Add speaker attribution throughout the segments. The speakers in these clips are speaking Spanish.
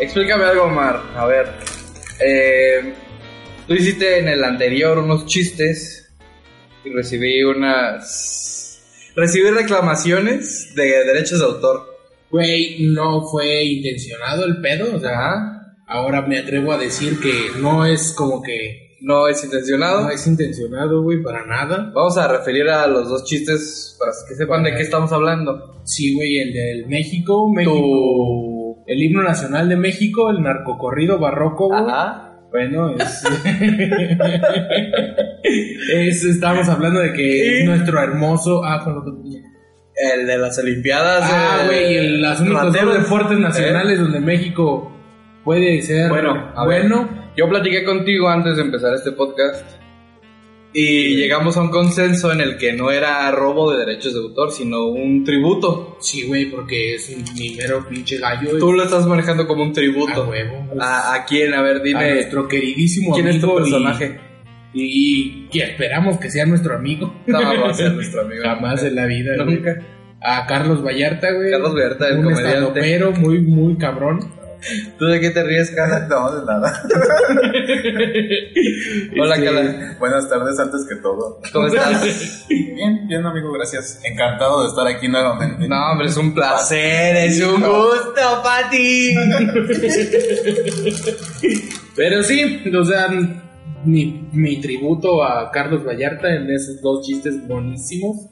Speaker 1: Explícame algo, Omar. A ver. Eh, tú hiciste en el anterior unos chistes y recibí unas. Recibí reclamaciones de derechos de autor.
Speaker 2: Güey, no fue intencionado el pedo, o sea, ahora me atrevo a decir que no es como que
Speaker 1: No es intencionado.
Speaker 2: no es intencionado, güey, para nada.
Speaker 1: Vamos a referir a los dos chistes para que sepan de qué estamos hablando.
Speaker 2: Sí, güey, el del México,
Speaker 1: Oh.
Speaker 2: México, el himno nacional de México, el narcocorrido barroco, güey.
Speaker 1: Ajá.
Speaker 2: Bueno, es, es- estábamos hablando de que
Speaker 1: ¿Qué?
Speaker 2: es nuestro hermoso, ah, con lo que tenía.
Speaker 1: El de las Olimpiadas.
Speaker 2: Ah,
Speaker 1: el-
Speaker 2: güey, el- los únicos
Speaker 1: ratero. ¿Eh?
Speaker 2: dos deportes nacionales donde México puede ser
Speaker 1: Bueno, a ver.
Speaker 2: bueno.
Speaker 1: Yo platiqué contigo antes de empezar este podcast y llegamos a un consenso en el que no era robo de derechos de autor, sino un tributo.
Speaker 2: Sí, güey, porque es un mi mero pinche gallo.
Speaker 1: Tú lo estás manejando como un
Speaker 2: a
Speaker 1: tributo.
Speaker 2: huevo. güey.
Speaker 1: ¿A, a quién? A ver,
Speaker 2: A
Speaker 1: dime.
Speaker 2: nuestro queridísimo
Speaker 1: ¿Quién es tu
Speaker 2: Ah, amigo y-
Speaker 1: personaje?
Speaker 2: Y, y que esperamos que sea nuestro amigo.
Speaker 1: No, va a ser nuestro amigo.
Speaker 2: Jamás en la vida. güey.
Speaker 1: Nunca.
Speaker 2: A Carlos Vallarta, güey.
Speaker 1: Carlos Berta, el
Speaker 2: Un
Speaker 1: comediante.
Speaker 2: estandopero muy, muy cabrón.
Speaker 1: ¿Tú de qué te ríes, Carla?
Speaker 3: No, de nada.
Speaker 1: Hola,
Speaker 2: Este,
Speaker 1: Carla.
Speaker 3: Buenas tardes antes que todo.
Speaker 1: ¿Cómo estás?
Speaker 3: Bien, bien amigo, gracias. Encantado de estar aquí nuevamente.
Speaker 1: No, hombre, es un placer, es un gusto, Pati.
Speaker 2: Pero sí, o sea, mi, mi tributo a Carlos Vallarta en esos dos chistes buenísimos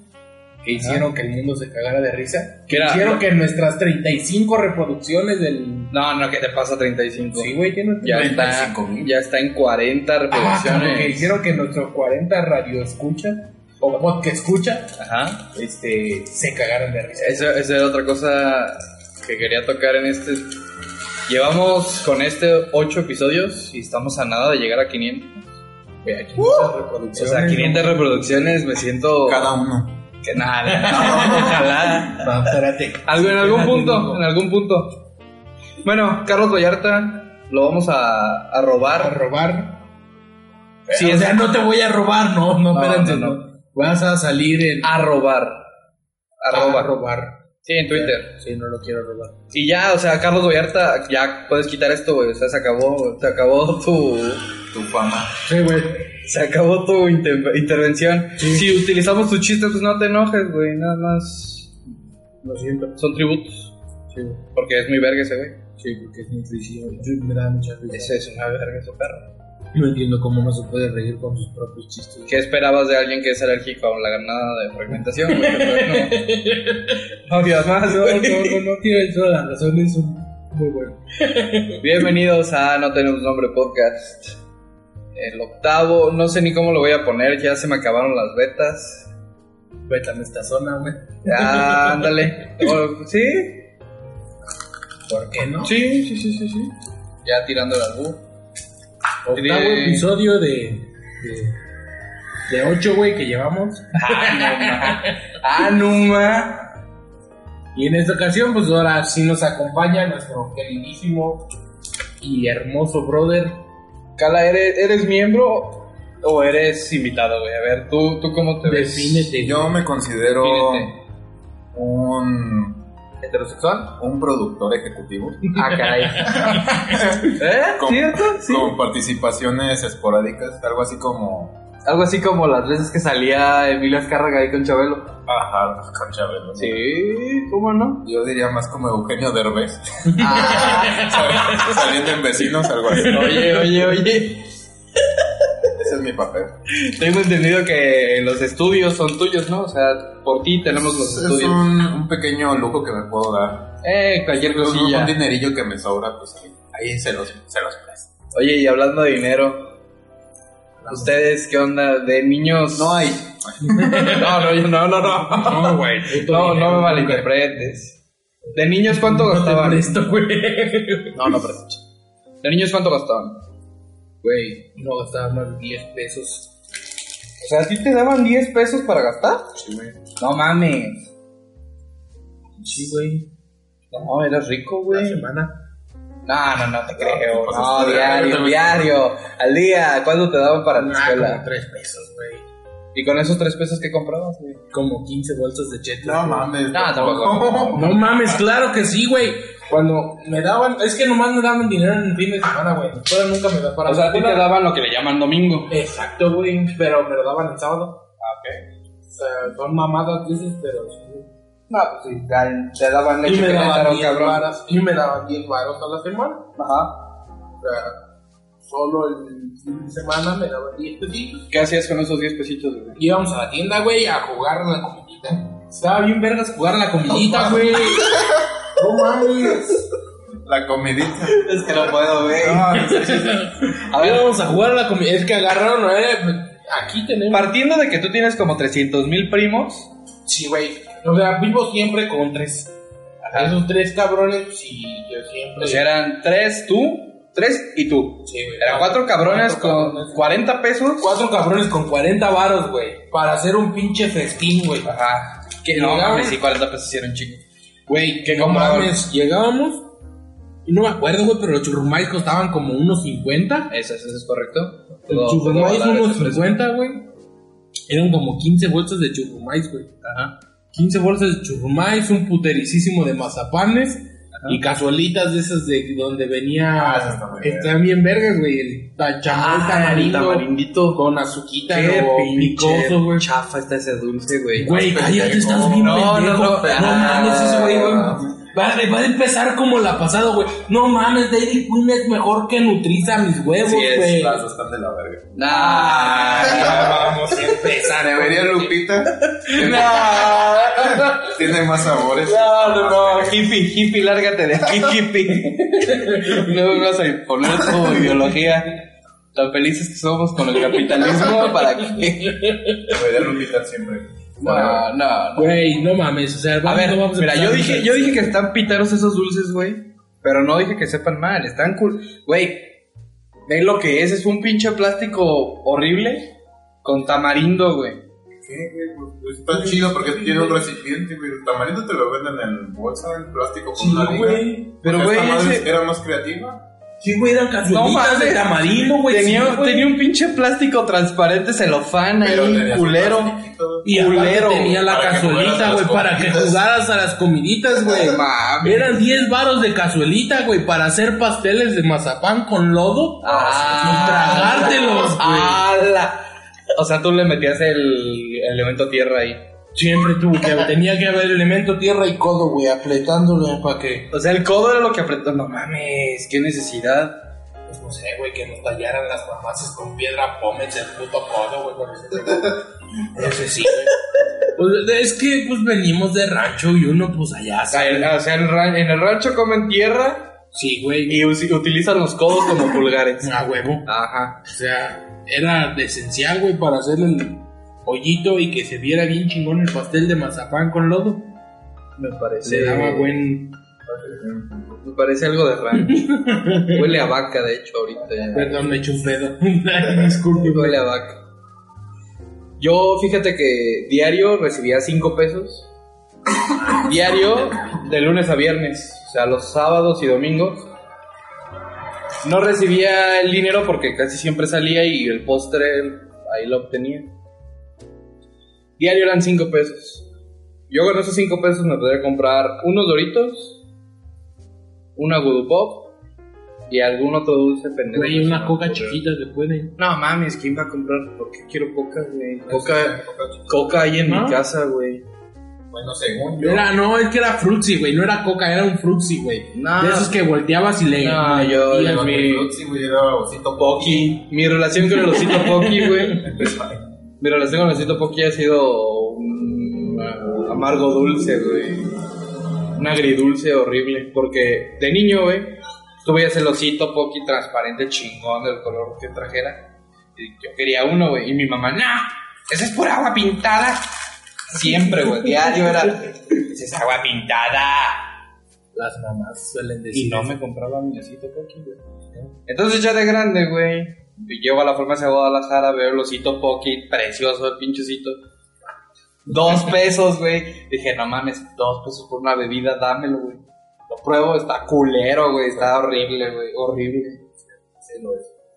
Speaker 2: que hicieron que el mundo se cagara de risa.
Speaker 1: Que era-
Speaker 2: hicieron que nuestras 35 reproducciones del...
Speaker 1: No, no, ¿qué te pasa 35?
Speaker 2: Sí, güey, que no
Speaker 1: Ya está,
Speaker 3: 35,000.
Speaker 1: ya está en 40
Speaker 2: Ah, claro, que
Speaker 1: reproducciones.
Speaker 2: hicieron que nuestros 40 radio escucha o pod que escucha
Speaker 1: Ajá.
Speaker 2: este, se cagaran de risa.
Speaker 1: Eso, esa era otra cosa que quería tocar en este. Llevamos con este 8 episodios y estamos a nada de llegar a 500.
Speaker 2: Güey, a 500 reproducciones,
Speaker 1: Uh. O sea,
Speaker 2: ¿no?
Speaker 1: 500 reproducciones me siento.
Speaker 3: Cada uno.
Speaker 1: Que nada, no, ojalá.
Speaker 2: No, espérate.
Speaker 1: Algo, en algún
Speaker 2: Espérate,
Speaker 1: punto,
Speaker 2: no.
Speaker 1: en algún punto. Bueno, Carlos Vallarta lo vamos a, a
Speaker 2: a
Speaker 1: robar.
Speaker 2: robar.
Speaker 1: Sí,
Speaker 2: Sí, o
Speaker 1: es-
Speaker 2: sea, no te voy a robar, no, no,
Speaker 1: No,
Speaker 2: espérate,
Speaker 1: no,
Speaker 2: no. Vas a salir en
Speaker 1: A robar. A
Speaker 2: a
Speaker 1: robar.
Speaker 2: robar.
Speaker 1: Sí, en Twitter.
Speaker 2: Sí, no lo quiero robar.
Speaker 1: Y ya, o sea, Carlos Vallarta, ya puedes quitar esto, güey. O sea, se acabó, se acabó tu,
Speaker 3: Tu fama.
Speaker 2: Sí, güey.
Speaker 1: se acabó tu inter- intervención.
Speaker 2: Sí.
Speaker 1: Si utilizamos tus chistes, pues no te enojes, güey. Nada más
Speaker 2: Lo siento.
Speaker 1: son tributos,
Speaker 2: Sí, güey.
Speaker 1: porque es muy verga ese güey.
Speaker 2: sí, porque es mi traición. Yo me da mucha risa.
Speaker 1: Ese es una verga ese perro.
Speaker 2: No entiendo cómo no se puede reír con sus propios chistes.
Speaker 1: ¿Qué esperabas de alguien que es alérgico a la ganada de fragmentación? güey? Pero No, no digas más,
Speaker 2: No, no,
Speaker 1: güey.
Speaker 2: no, no tiene toda la razón, es un- muy bueno.
Speaker 1: Bienvenidos a No Tenemos Nombre Podcast. El octavo, no sé ni cómo lo voy a poner, ya se me acabaron las betas.
Speaker 2: Vete en esta zona, güey.
Speaker 1: Ya, ándale. O- ¿Sí?
Speaker 2: ¿Por qué no?
Speaker 1: Sí, sí, sí, sí, sí. Ya tirando la luz.
Speaker 2: Octavo
Speaker 1: de-
Speaker 2: episodio de. de. de ocho, güey, que llevamos.
Speaker 1: Ah, no, ma.
Speaker 2: Y en esta ocasión, pues ahora sí nos acompaña nuestro queridísimo y hermoso brother.
Speaker 1: Cala, ¿eres, eres miembro o eres invitado, güey? A ver, ¿tú, tú cómo te ves?
Speaker 2: Defínete.
Speaker 3: Yo me considero
Speaker 1: Defínete.
Speaker 3: un,
Speaker 1: ¿Heterosexual?
Speaker 3: un productor ejecutivo.
Speaker 1: Ah, caray. ¿Eh?
Speaker 3: Con-
Speaker 1: ¿Cierto? Sí.
Speaker 3: Con participaciones esporádicas, algo así como...
Speaker 1: Algo así como las veces que salía Emilio Azcárraga ahí con Chabelo.
Speaker 3: Ajá, con Chabelo.
Speaker 1: Sí, ¿cómo no?
Speaker 3: Yo diría más como Eugenio Derbez.
Speaker 1: Ah,
Speaker 3: Saliendo en vecinos, algo así.
Speaker 1: oye, oye, oye.
Speaker 3: Ese es mi papel.
Speaker 1: Tengo entendido que los estudios son tuyos, ¿no? O sea, por ti tenemos los
Speaker 3: Es
Speaker 1: estudios.
Speaker 3: un, un pequeño lujo que me puedo dar.
Speaker 1: Eh, cualquier
Speaker 3: Un- Un,
Speaker 1: cosilla.
Speaker 3: dinerillo que me sobra, pues ahí, ahí se los, se los presto.
Speaker 1: Oye, y hablando de dinero, ¿ustedes qué onda? ¿De niños?
Speaker 3: No hay.
Speaker 1: no, no, yo- no, no, no.
Speaker 2: No, güey.
Speaker 1: No, no me malinterpretes. ¿De niños cuánto
Speaker 2: No
Speaker 1: gastaban?
Speaker 2: te presto, güey.
Speaker 1: No, no, pero escucha. ¿De niños cuánto gastaban?
Speaker 2: Güey, no gastaba más de 10 pesos.
Speaker 1: O sea, ¿a ti te daban 10 pesos para gastar? No mames.
Speaker 2: Sí, güey.
Speaker 1: No, eras rico,
Speaker 2: Una
Speaker 1: güey.
Speaker 2: semana.
Speaker 1: No, no, no pues, te creo.
Speaker 3: te
Speaker 1: No,
Speaker 3: pasaste de-
Speaker 1: diario,
Speaker 3: te-
Speaker 1: diario. Al día, ¿cuándo te daban para la
Speaker 2: Ah,
Speaker 1: escuela?
Speaker 2: como 3 pesos, güey.
Speaker 1: ¿Y con esos tres pesos que comprabas, güey?
Speaker 2: Como 15 bolsas de chetos.
Speaker 3: No
Speaker 2: güey.
Speaker 3: mames.
Speaker 1: No, tampoco.
Speaker 2: No mames, claro que sí, güey. Cuando me daban, es que nomás me daban dinero en el fin de semana, güey. La escuela nunca me da para
Speaker 1: O sea, a ti
Speaker 2: la
Speaker 1: te
Speaker 2: escuela.
Speaker 1: daban lo que le llaman domingo.
Speaker 2: Exacto, güey, pero me lo daban el sábado.
Speaker 1: Ah,
Speaker 2: O sea, son mamadas dices, pero sí.
Speaker 1: No, pues sí, te- te daban
Speaker 2: Y
Speaker 1: leche
Speaker 2: me
Speaker 1: que
Speaker 2: daban
Speaker 1: cabrón,
Speaker 2: 10
Speaker 1: cabrón.
Speaker 2: varas, y me daban 10 varos a la semana.
Speaker 1: Ajá.
Speaker 2: O sea, solo el fin de semana me daban 10 pesitos.
Speaker 1: ¿Qué hacías con esos 10 pesitos, güey?
Speaker 2: Íbamos a la tienda, güey, a jugar a la comidita. Estaba bien vergas jugar a la comidita, güey. No mames.
Speaker 3: La comidita.
Speaker 1: Es que no puedo, güey.
Speaker 3: No, es-
Speaker 1: A ver,
Speaker 2: vamos a jugar a la comidita. Es que agarraron, eh. Aquí tenemos.
Speaker 1: partiendo de que tú tienes como 300 mil primos,
Speaker 2: Sí, güey. O sea, vivo siempre con tres. Esos tres cabrones, sí, yo siempre.
Speaker 1: pues eran 3 tú, 3 y tú.
Speaker 2: Sí, güey.
Speaker 1: Eran cuatro cabrones
Speaker 2: Cuatro
Speaker 1: con
Speaker 2: cabrones.
Speaker 1: 40 pesos.
Speaker 2: Cuatro cabrones con 40 varos, güey. Para hacer un pinche festín, güey.
Speaker 1: Ajá. Que no,
Speaker 2: Llegaban-
Speaker 1: mames, sí, 40 pesos hicieron chingo. Güey, que
Speaker 2: No
Speaker 1: compraban.
Speaker 2: mames, llegábamos. Y no me acuerdo, güey, pero los churrumais costaban como unos 50.
Speaker 1: Eso, eso es correcto.
Speaker 2: El
Speaker 1: Todo-
Speaker 2: churrumais
Speaker 1: todo
Speaker 2: unos
Speaker 1: dólares,
Speaker 2: 50, güey. Eran como 15 bolsas de churrumais, güey.
Speaker 1: Ajá.
Speaker 2: 15 bolsas de churrumais, un putericísimo de mazapanes. Y cazuelitas de esas de donde venía.
Speaker 3: Ah, esas están muy
Speaker 2: que están bien vergas, güey. El tachamón, tamarindo, Con azuquita,
Speaker 1: Qué
Speaker 2: o
Speaker 1: pinche
Speaker 2: picoso, güey.
Speaker 1: chafa está Ah, ese dulce, güey.
Speaker 2: Güey, cállate,
Speaker 3: pendejo.
Speaker 2: estás bien
Speaker 1: No, no,
Speaker 2: pendejo.
Speaker 1: no,
Speaker 2: No,
Speaker 1: ah,
Speaker 2: mames, ese güey, güey. Va, va a empezar como la pasada, güey. No mames, Daily Queen es mejor que Nutriza mis huevos,
Speaker 1: Sí es,
Speaker 2: güey.
Speaker 3: Las dos están de la verga.
Speaker 1: Nah, ya vamos a empezar,
Speaker 3: Debería Lupita.
Speaker 1: Nah.
Speaker 3: Tiene más sabores.
Speaker 1: No, no, no, hippie, hippie, lárgate de aquí, hippie. No me vas a poner tu ideología. Tan felices que somos con el capitalismo para que.
Speaker 3: Debería Lupita siempre.
Speaker 1: No, no, no.
Speaker 2: Güey, no mames, o sea,
Speaker 1: A
Speaker 2: vamos-
Speaker 1: ver,
Speaker 2: no vamos a
Speaker 1: mira, yo
Speaker 2: empezar
Speaker 1: dije,
Speaker 2: a-
Speaker 1: yo dije que están pitaros esos dulces, güey. Pero no dije que sepan mal, están cool. Güey, ven lo que es, es un pinche plástico horrible con tamarindo, güey.
Speaker 3: ¿Qué, güey? Pues Está chido porque tiene un recipiente, güey. El tamarindo te lo venden en bolsa, en plástico con
Speaker 2: Sí,
Speaker 3: una liga.
Speaker 2: güey.
Speaker 1: Pero,
Speaker 3: Porque
Speaker 1: güey,
Speaker 3: esta madre
Speaker 1: ese-
Speaker 3: era más creativa.
Speaker 2: Sí, güey, eran
Speaker 1: No
Speaker 2: cazuelitas de
Speaker 1: mames,
Speaker 2: tamarindo, güey.
Speaker 1: Tenía,
Speaker 2: sí, güey.
Speaker 1: tenía un pinche plástico transparente celofán
Speaker 3: Pero
Speaker 1: ahí,
Speaker 3: tenía su
Speaker 1: culero.
Speaker 3: plastiquito.
Speaker 2: Y aparte
Speaker 1: culero,
Speaker 2: tenía la
Speaker 3: para que
Speaker 2: cazuelita,
Speaker 3: jugaras a
Speaker 2: güey,
Speaker 3: las
Speaker 2: para que
Speaker 3: comiditas.
Speaker 2: jugaras a las comiditas, güey.
Speaker 1: No mames.
Speaker 2: Eran 10 varos de cazuelita, güey, para hacer pasteles de mazapán con lodo.
Speaker 1: Ah,
Speaker 2: Y tragártelos, güey.
Speaker 1: ala. O sea, tú le metías el elemento tierra ahí.
Speaker 2: Siempre tuvo que haber, tenía que haber elemento tierra y codo, güey, apretándole para que,
Speaker 1: O sea, el codo era lo que apretó. No mames, qué necesidad.
Speaker 2: pues no sé, güey, que nos tallaran las mamaces con piedra pómez el puto codo, güey, cuando se pegó. No sé si, güey. Pues es que, pues venimos de rancho y uno, pues allá,
Speaker 1: O sea, el-
Speaker 2: sabe.
Speaker 1: o sea, el ra- en el rancho comen tierra
Speaker 2: Sí, güey,
Speaker 1: y us- utilizan los codos como pulgares.
Speaker 2: a huevo.
Speaker 1: Ajá.
Speaker 2: O sea, era esencial, güey, para hacer el hoyito y que se viera bien chingón el pastel de mazapán con lodo.
Speaker 1: Me
Speaker 2: Se
Speaker 1: parece.
Speaker 2: daba buen.
Speaker 1: Me parece algo de rancho. Huele a vaca, de hecho, ahorita.
Speaker 2: Perdón, me eché un pedo. Disculpe, güey.
Speaker 1: Huele a vaca. Yo, fíjate que diario recibía 5 pesos. Diario, de lunes a viernes. O sea, los sábados y domingos. No recibía el dinero porque casi siempre salía y el postre ahí lo obtenía. Diario eran 5 pesos. Yo con esos 5 pesos me podría comprar unos doritos, una Voodoo Pop y algún otro dulce pendejo.
Speaker 2: Güey,
Speaker 1: que se
Speaker 2: una
Speaker 1: me
Speaker 2: coca
Speaker 1: ocurra.
Speaker 2: chiquita se puede.
Speaker 1: No mames, ¿quién va a comprar? ¿Por qué quiero coca, güey?
Speaker 3: Coca-
Speaker 1: Coca, coca hay en
Speaker 2: ¿No?
Speaker 1: mi casa, güey.
Speaker 3: Bueno, según yo.
Speaker 2: Era, no, es que era Fruxy, güey. No era coca, era un Fruxy, güey.
Speaker 1: No.
Speaker 2: De esos que volteabas y le.
Speaker 1: No,
Speaker 2: le
Speaker 1: yo-
Speaker 2: metías,
Speaker 1: yo-
Speaker 2: güey.
Speaker 1: mi-
Speaker 3: Sí, güey, era osito poqui.
Speaker 1: Pocky. Mi relación con el osito Pocky, güey. Mi relación con el osito Pocky ha sido un amargo dulce, güey. Un agridulce horrible. Porque de niño, güey, tú veías el osito Pocky transparente chingón del color que trajera. Y yo quería uno, güey. Y mi mamá, no, esa es pura agua pintada. Siempre, güey, diario era. "Esa es agua pintada.
Speaker 2: Las mamás suelen decir.
Speaker 1: Y no me compraba mi osito Pocky, güey. Entonces ya de grande, güey. y Llego a la farmacia de Guadalajara, veo el osito Pocky, precioso el pinche osito. Dos pesos, güey. Dije, no mames, dos pesos por una bebida, dámelo, güey. Lo pruebo, está culero, güey. Está horrible, güey. Horrible.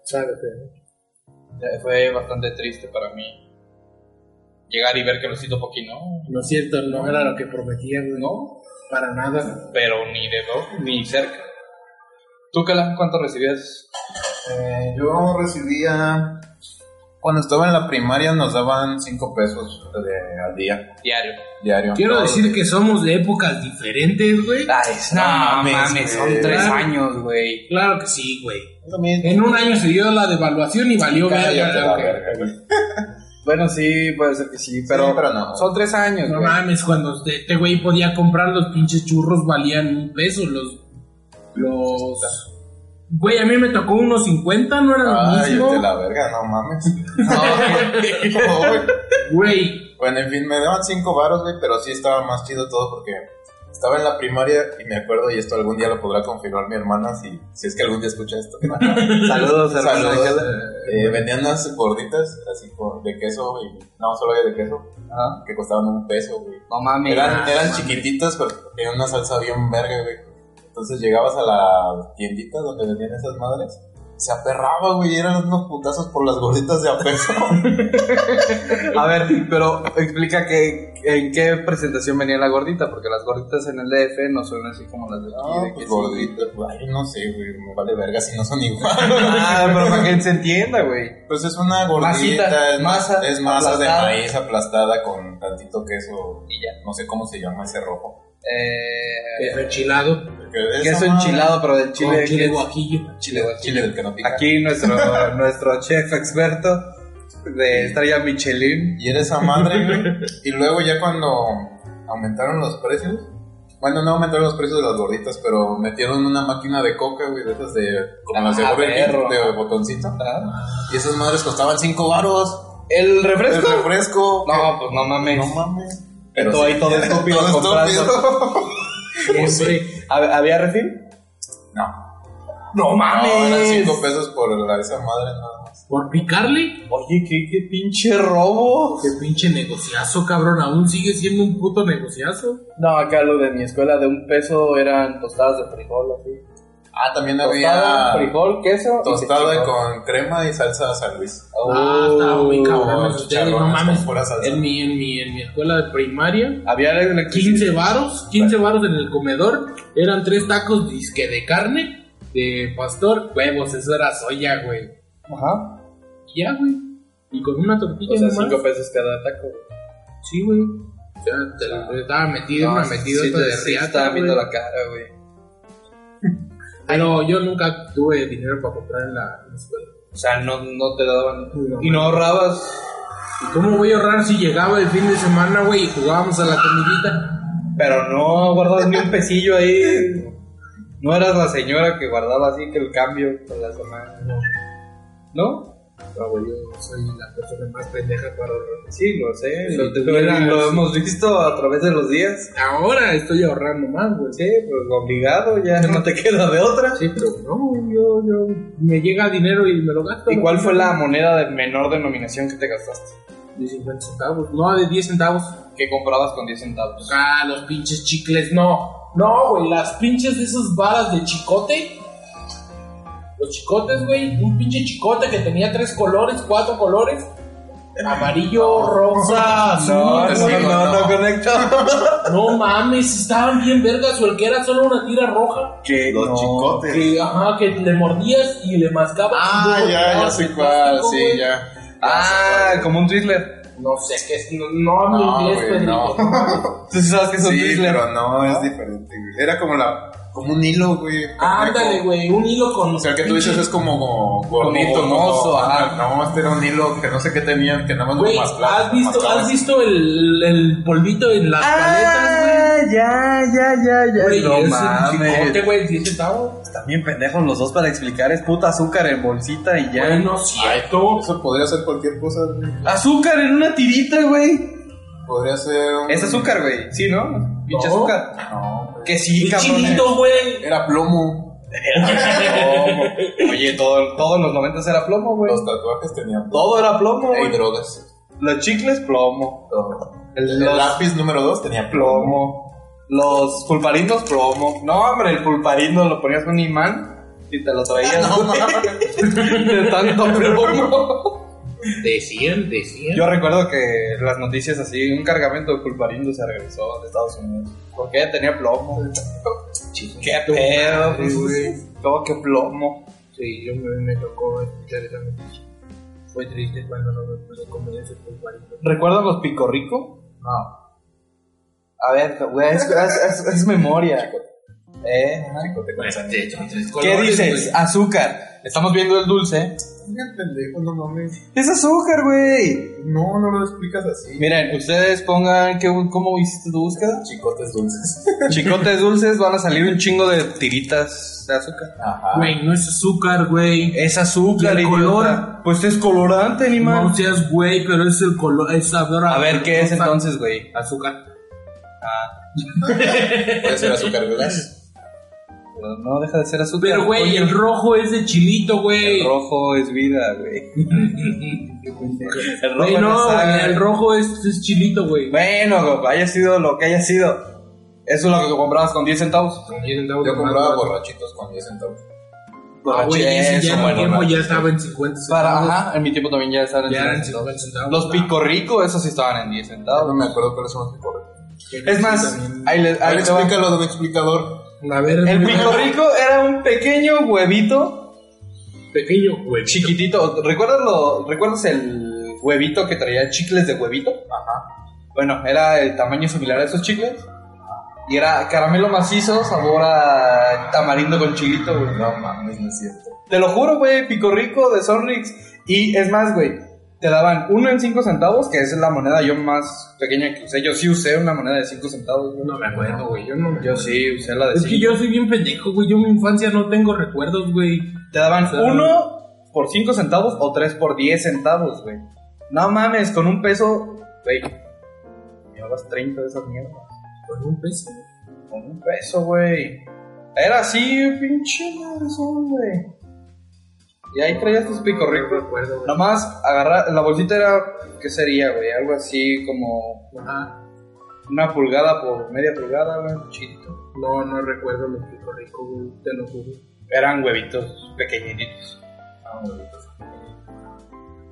Speaker 2: Sabe, pero-
Speaker 1: Eh, Fue bastante triste para mí. llegar y ver que Luisito Coqui no,
Speaker 2: No es cierto, no era lo que prometía, güey.
Speaker 1: no,
Speaker 2: Para nada.
Speaker 1: pero ni de dos, ni cerca. ¿Tú, Cala, cuánto recibías?
Speaker 3: Eh, yo recibía. Cuando estaba en la primaria nos daban 5 pesos de- al día,
Speaker 1: Diario.
Speaker 3: diario.
Speaker 2: Quiero
Speaker 3: Todo.
Speaker 2: decir que somos de épocas diferentes, güey.
Speaker 1: No,
Speaker 3: mames,
Speaker 1: mames, son
Speaker 3: güey.
Speaker 1: tres años, güey.
Speaker 2: Claro que sí, güey.
Speaker 3: Yo también.
Speaker 2: En un año se dio la devaluación y valió
Speaker 3: Cállate
Speaker 2: verga,
Speaker 3: la
Speaker 2: güey.
Speaker 3: verga, güey.
Speaker 1: Bueno, sí, puede ser que sí,
Speaker 3: pero-
Speaker 1: pero,
Speaker 3: no.
Speaker 1: son tres años,
Speaker 2: No
Speaker 1: güey.
Speaker 2: mames, cuando este- este güey podía comprar los pinches churros valían un peso, los... Los... Güey, a mí me tocó unos 50, no era lo
Speaker 3: Ay, de
Speaker 2: mismo.
Speaker 3: la verga, no mames. No, güey. No, güey.
Speaker 2: Güey,
Speaker 3: Bueno, en fin, me daban cinco varos, güey, pero sí estaba más chido todo porque estaba en la primaria y me acuerdo, y esto algún día lo podrá confirmar mi hermana si, si es que algún día escucha esto.
Speaker 1: Saludos, hermano.
Speaker 3: Saludos. Eh, vendían unas gorditas así con, de queso, güey. No, solo había de queso,
Speaker 1: Ajá.
Speaker 3: que costaban un peso, güey.
Speaker 1: No mames.
Speaker 3: Eran, eran chiquititas, pero tenían una salsa bien verga, güey. Entonces llegabas a la tiendita donde vendían esas madres. Se aperraba, güey, eran unos putazos por las gorditas de a peso.
Speaker 1: A ver, pero explica que, en qué presentación venía la gordita, porque las gorditas en el DF no son así como las de aquí.
Speaker 3: No,
Speaker 1: de que
Speaker 3: pues
Speaker 1: sí.
Speaker 3: gorditas, ay, no sé, güey, me vale verga si no son igual.
Speaker 1: Ah, pero para que se entienda, güey.
Speaker 3: Pues es una gordita,
Speaker 1: Masita,
Speaker 3: es masa,
Speaker 1: masa,
Speaker 3: es masa
Speaker 1: aplastada.
Speaker 3: de maíz aplastada con tantito queso,
Speaker 1: Y ya.
Speaker 3: no sé cómo se llama ese rojo.
Speaker 1: Eh,
Speaker 2: queso enchilado,
Speaker 3: Porque
Speaker 1: queso
Speaker 3: esa madre-
Speaker 1: enchilado, pero del chile.
Speaker 2: con chile
Speaker 1: que es-
Speaker 2: guajillo.
Speaker 1: chile guajillo.
Speaker 3: Chile del que no pica.
Speaker 1: Aquí nuestro, nuestro chef experto de estrella Michelin.
Speaker 3: Y era esa madre, güey. Y luego ya cuando aumentaron los precios, bueno, no aumentaron los precios de las gorditas, pero metieron una máquina de coca, güey, de esas de, como las de
Speaker 1: Ah,
Speaker 3: Burger King,
Speaker 1: perro.
Speaker 3: de botoncito. Y esas madres costaban 5 varos.
Speaker 1: ¿El
Speaker 3: El
Speaker 1: refresco?
Speaker 3: refresco.
Speaker 1: No, pues no mames.
Speaker 3: No mames.
Speaker 1: Pero todo
Speaker 3: sí,
Speaker 1: ahí todo
Speaker 3: era
Speaker 1: estúpido
Speaker 3: todo
Speaker 1: comprando.
Speaker 3: estúpido.
Speaker 2: Siempre.
Speaker 1: ¿Hab- ¿Había refil?
Speaker 3: No.
Speaker 1: No
Speaker 3: No, eran 5 pesos por la, esa madre nada más.
Speaker 2: ¿Por picarle?
Speaker 1: Oye, qué, qué pinche robo.
Speaker 2: Qué pinche negociazo, cabrón. Aún sigue siendo un puto negociazo.
Speaker 1: No, acá lo de mi escuela de un peso eran tostadas de frijol, así.
Speaker 3: Ah, también
Speaker 1: Tostada,
Speaker 3: había
Speaker 1: frijol, queso. y
Speaker 3: tostada
Speaker 1: cecchino.
Speaker 3: con crema y salsa San Luis.
Speaker 2: Ah,
Speaker 1: Oh.
Speaker 2: está muy cabrón.
Speaker 3: Chicharrones
Speaker 2: Ustedes, no
Speaker 3: con
Speaker 2: mames.
Speaker 3: pura salsa.
Speaker 2: En mi, en mi, en mi escuela de primaria,
Speaker 1: Había la electricidad.
Speaker 2: 15 varos, 15 varos en el comedor. Eran tres tacos disque de carne, de pastor, huevos, eso era soya, güey.
Speaker 1: Ajá.
Speaker 2: Y ya, güey. Y con una tortilla
Speaker 1: O sea,
Speaker 2: nomás.
Speaker 1: 5 pesos cada taco.
Speaker 2: Sí, güey. O sea, te la- estaba metido, una metida
Speaker 1: sí,
Speaker 2: otra de
Speaker 1: sí,
Speaker 2: riata,
Speaker 1: Estaba
Speaker 2: güey.
Speaker 1: viendo la cara, güey.
Speaker 2: Pero yo nunca tuve dinero para comprar en la, en la escuela.
Speaker 1: O sea, no, no te daban.
Speaker 2: No,
Speaker 1: y no ahorrabas.
Speaker 2: ¿Y cómo voy a ahorrar si llegaba el fin de semana, güey, y jugábamos a la comidita?
Speaker 1: Pero no guardabas ni un pesillo ahí. No eras la señora que guardaba así que el cambio por la semana. ¿No?
Speaker 2: Pero, güey, yo soy la persona más pendeja para ahorrar.
Speaker 1: Sí, lo sé.
Speaker 2: Sí,
Speaker 1: lo,
Speaker 2: tú
Speaker 1: lo-
Speaker 2: eras-
Speaker 1: lo hemos visto a través de los días.
Speaker 2: Ahora estoy ahorrando más, güey.
Speaker 1: Sí, pues obligado, ya no te queda de otra.
Speaker 2: Sí, pero no, yo, yo, me llega dinero y me lo gasto.
Speaker 1: ¿Y cuál fue la moneda de menor denominación que te gastaste?
Speaker 2: De 50 centavos, no, de 10 centavos.
Speaker 1: Que comprabas con 10 centavos.
Speaker 2: Ah, los pinches chicles, no. No, güey, las pinches de esas balas de chicote. Los chicotes, güey. Un pinche chicote que tenía tres colores, cuatro colores. Amarillo, rosa, azul.
Speaker 1: No, no,
Speaker 2: güey.
Speaker 1: no, no conecto.
Speaker 2: No mames, estaban bien vergas o el que era solo una tira roja.
Speaker 1: Que
Speaker 3: Los chicotes.
Speaker 2: Que, ajá, que le mordías y le mascabas.
Speaker 3: Ah,
Speaker 2: y luego
Speaker 3: ya,
Speaker 2: tirabas
Speaker 3: ya
Speaker 2: el
Speaker 3: sé cuál,
Speaker 2: plástico,
Speaker 3: sí,
Speaker 2: güey.
Speaker 3: ya.
Speaker 1: Ah, como un Twizzler.
Speaker 2: No sé qué es, no, no hablo
Speaker 3: No,
Speaker 2: inglés,
Speaker 3: güey,
Speaker 2: Pedrito.
Speaker 3: no.
Speaker 1: Tú sí sabes que es un
Speaker 3: Sí,
Speaker 1: Twizzler.
Speaker 3: pero no, es diferente, güey. Era como la, como un hilo, güey.
Speaker 2: Ándale,
Speaker 3: pendejo.
Speaker 2: güey, un hilo con.
Speaker 3: O sea, el que tú dices es como go- gordito,
Speaker 1: Como gomoso,
Speaker 3: como-
Speaker 1: ajá.
Speaker 3: No, este era un hilo que no sé qué tenían, que nada más
Speaker 2: Güey,
Speaker 3: lo mascaban,
Speaker 2: ¿has visto,
Speaker 3: mascaban.
Speaker 2: ¿has visto el, el polvito en
Speaker 3: Ah,
Speaker 2: las paletas,
Speaker 1: Ah, ya, ya, ya, ya.
Speaker 2: güey? Güey,
Speaker 1: no
Speaker 2: es un chicote,
Speaker 1: mames.
Speaker 2: güey, 10 centavos.
Speaker 1: También pendejos los dos para explicar. Es puta azúcar en bolsita y ya.
Speaker 2: Bueno, cierto.
Speaker 3: Eso podría ser cualquier cosa, güey.
Speaker 1: Azúcar en una tirita, güey.
Speaker 3: Podría ser un...
Speaker 1: Es azúcar, güey. Sí, ¿no? Pinche
Speaker 2: No.
Speaker 1: azúcar.
Speaker 3: No, güey.
Speaker 1: Que sí,
Speaker 2: Un
Speaker 1: cabrón.
Speaker 2: chilito, güey.
Speaker 3: Era plomo.
Speaker 1: Plomo. Oye, todo, todo en los 90 era plomo, güey.
Speaker 3: Los tatuajes tenían plomo.
Speaker 1: Todo era plomo,
Speaker 3: Y
Speaker 1: güey.
Speaker 3: drogas.
Speaker 1: Los chicles, plomo.
Speaker 3: Todo.
Speaker 1: El,
Speaker 3: El
Speaker 1: los-
Speaker 3: lápiz número 2 tenía plomo.
Speaker 1: plomo. Los pulparinos, plomo. No, hombre, el pulparino lo ponías con un imán y te lo traías.
Speaker 3: No,
Speaker 1: güey, de tanto plomo.
Speaker 2: Decían, decían.
Speaker 1: Yo recuerdo que las noticias así, un cargamento de pulparindo se regresó de Estados Unidos. ¿Por qué? Tenía plomo. ¿Qué pedo? pues, güey? ¿Cómo que plomo?
Speaker 2: Sí, yo me, me tocó escuchar esa noticia. Fue triste cuando no me pude comer ese pulparito.
Speaker 1: ¿Recuerdan los Pico Rico?
Speaker 3: No,
Speaker 1: A ver, güey, es, es- es- es memoria. Eh, ajá.
Speaker 3: chicote con sangre.
Speaker 2: Este, son tres
Speaker 1: ¿Qué
Speaker 2: colores,
Speaker 1: dices? Azúcar. Estamos viendo el dulce.
Speaker 3: Mira, pendejo, no mames.
Speaker 1: Es azúcar, güey.
Speaker 3: No, no lo explicas así.
Speaker 1: Miren, ustedes pongan qué, cómo hiciste tu búsqueda.
Speaker 3: Chicotes dulces.
Speaker 1: Chicotes dulces van a salir un chingo de tiritas de azúcar.
Speaker 3: Ajá.
Speaker 2: Güey, no es azúcar, güey.
Speaker 1: Es azúcar,
Speaker 2: ¿Y el
Speaker 1: idiota. Pues es colorante, animal.
Speaker 2: No seas güey, pero es el color, es sabor
Speaker 1: a ver, ¿qué es entonces, güey?
Speaker 2: Azúcar.
Speaker 3: Puede ser azúcar glass.
Speaker 1: Pero no deja de ser azúcar.
Speaker 2: Pero, güey,
Speaker 1: coño.
Speaker 2: el rojo es de chilito, güey.
Speaker 1: El rojo es vida, güey. El
Speaker 2: Güey,
Speaker 1: es
Speaker 2: no,
Speaker 1: sangre.
Speaker 2: güey, el rojo es, es chilito, güey.
Speaker 1: Bueno, haya sido lo que haya sido. Eso es lo que comprabas con 10 centavos.
Speaker 3: Yo compraba borrachitos con 10 centavos.
Speaker 2: Ah, güey, ese ya en mi
Speaker 1: bueno,
Speaker 2: tiempo
Speaker 1: borracho.
Speaker 2: ya estaba en 50
Speaker 1: Para,
Speaker 2: centavos.
Speaker 1: ajá, en mi tiempo también ya estaban en
Speaker 2: Ya eran
Speaker 1: 10 centavos.
Speaker 2: 50 centavos.
Speaker 1: Los
Speaker 2: Ah,
Speaker 1: pico rico, esos sí estaban en 10
Speaker 3: Yo Ah, no
Speaker 1: centavos.
Speaker 3: me acuerdo cuáles son los picotes.
Speaker 1: Es más, ahí les,
Speaker 3: A
Speaker 1: ahí
Speaker 3: ver,
Speaker 1: les va.
Speaker 3: explícalo de un explicador.
Speaker 2: A ver,
Speaker 1: El
Speaker 2: primero,
Speaker 1: pico rico era un pequeño huevito
Speaker 2: pequeño, güey.
Speaker 1: chiquitito. ¿Recuerdas, lo, ¿Recuerdas el huevito que traía chicles de huevito?
Speaker 3: Ajá.
Speaker 1: Bueno, era de tamaño similar a esos chicles. Y era caramelo macizo, sabor a tamarindo con chilito, güey.
Speaker 3: No mames, no es cierto.
Speaker 1: Te lo juro, güey, Pico Rico de Sonrix. Y es más, güey, te daban uno en cinco centavos, que es la moneda yo más pequeña que usé. Yo sí usé una moneda de cinco centavos, güey.
Speaker 2: No me acuerdo, güey. Yo no me
Speaker 1: Yo sí usé la de
Speaker 2: Es que
Speaker 1: cinco.
Speaker 2: yo soy bien pendejo, güey. Yo en mi infancia no tengo recuerdos, güey.
Speaker 1: Te daban
Speaker 2: Claro.
Speaker 1: uno por cinco centavos o tres por diez centavos, güey. No mames, con un peso, güey. Llevabas 30 de esas mierdas.
Speaker 2: Con un peso. güey.
Speaker 1: Con un peso, güey. Era así, pinche madrazón, güey. Y ahí traías tus Pico
Speaker 2: No
Speaker 1: Rico.
Speaker 2: recuerdo, güey.
Speaker 1: Nomás agarrar, la bolsita era, ¿qué sería, güey? Algo así como
Speaker 2: Ajá.
Speaker 1: una pulgada por media pulgada, güey, chiquito.
Speaker 2: No, no recuerdo los pico rico, güey. Te lo juro.
Speaker 1: Eran huevitos pequeñitos.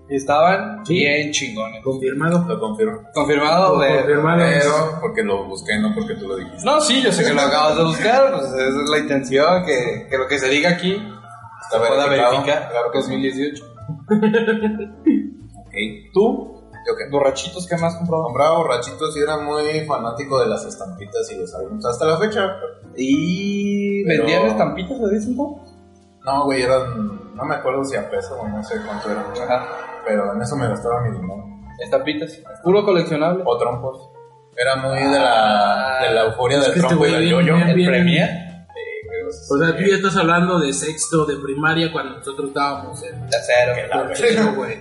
Speaker 1: Y estaban
Speaker 2: Sí.
Speaker 1: bien chingones.
Speaker 2: Confirmado.
Speaker 3: Lo confirmo.
Speaker 1: Confirmado, güey.
Speaker 2: Confirmado.
Speaker 3: Pero porque lo busqué, no porque tú lo dijiste.
Speaker 1: No, sí, yo sé que lo acabas de buscar, pues esa es la intención, que, que lo que se diga aquí
Speaker 3: Está
Speaker 1: pueda
Speaker 3: verificado.
Speaker 1: verificar.
Speaker 3: Claro que sí.
Speaker 1: 2018.
Speaker 3: Ok.
Speaker 1: ¿Tú?
Speaker 3: Yo qué.
Speaker 1: ¿Borrachitos qué más comprado?
Speaker 3: Compraba borrachitos y era muy fanático de las estampitas y los álbumes. Hasta la fecha.
Speaker 1: ¿Y
Speaker 3: Pero-
Speaker 1: vendían estampitas de vez en cuando?
Speaker 3: No, güey, eran. No me acuerdo si a peso o no sé cuánto eran.
Speaker 1: Ajá,
Speaker 3: Pero en eso me gastaba mi dinero.
Speaker 1: estampitas. Puro coleccionable.
Speaker 3: O trompos. Era muy de la, de la euforia del
Speaker 2: que este
Speaker 3: trompo y
Speaker 2: güey
Speaker 3: del
Speaker 2: bien-
Speaker 3: yoyo.
Speaker 2: bien-
Speaker 1: ¿El
Speaker 2: bien-
Speaker 1: Premier?
Speaker 2: O sea, tú ya estás hablando de sexto, de primaria, cuando nosotros estábamos en.
Speaker 1: Tercero.
Speaker 2: tercero, güey.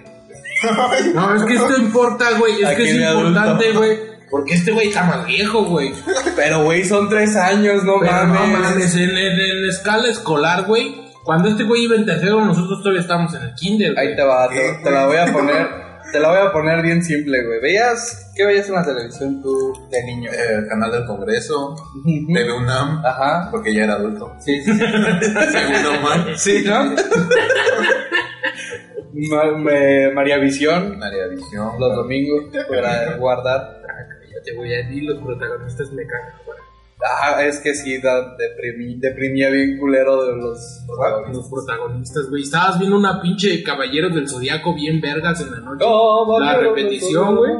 Speaker 2: No, es que esto importa, güey. Es
Speaker 1: Aquí
Speaker 2: que es
Speaker 1: de adulto.
Speaker 2: importante, güey. Porque este güey está más viejo, güey.
Speaker 1: Pero, güey, son tres años, no
Speaker 2: Pero no
Speaker 1: mames.
Speaker 2: mames, en, en, en escala escolar, güey. Cuando este güey iba en tercero, nosotros todavía estábamos en el kinder, güey.
Speaker 1: Ahí te va, te, te la voy a poner. Te la voy a poner bien simple, güey. ¿Veías? ¿Qué veías en la televisión tú de niño?
Speaker 3: Eh, canal del Congreso, TV UNAM, ah,
Speaker 1: Ajá.
Speaker 3: porque ya era adulto.
Speaker 1: Sí, sí, sí.
Speaker 3: Según Omar,
Speaker 1: ¿Sí, ¿no? Ma- me- María Visión,
Speaker 3: María Visión.
Speaker 1: los domingos, para guardar.
Speaker 2: Ya te voy a decir, los protagonistas me cagan, güey.
Speaker 1: Ajá, Ah, es que sí, da, deprimi- deprimía bien culero de los protagonistas.
Speaker 2: Los protagonistas, güey. Estabas viendo una pinche Caballeros del Zodiaco bien vergas en la noche. La repetición, güey.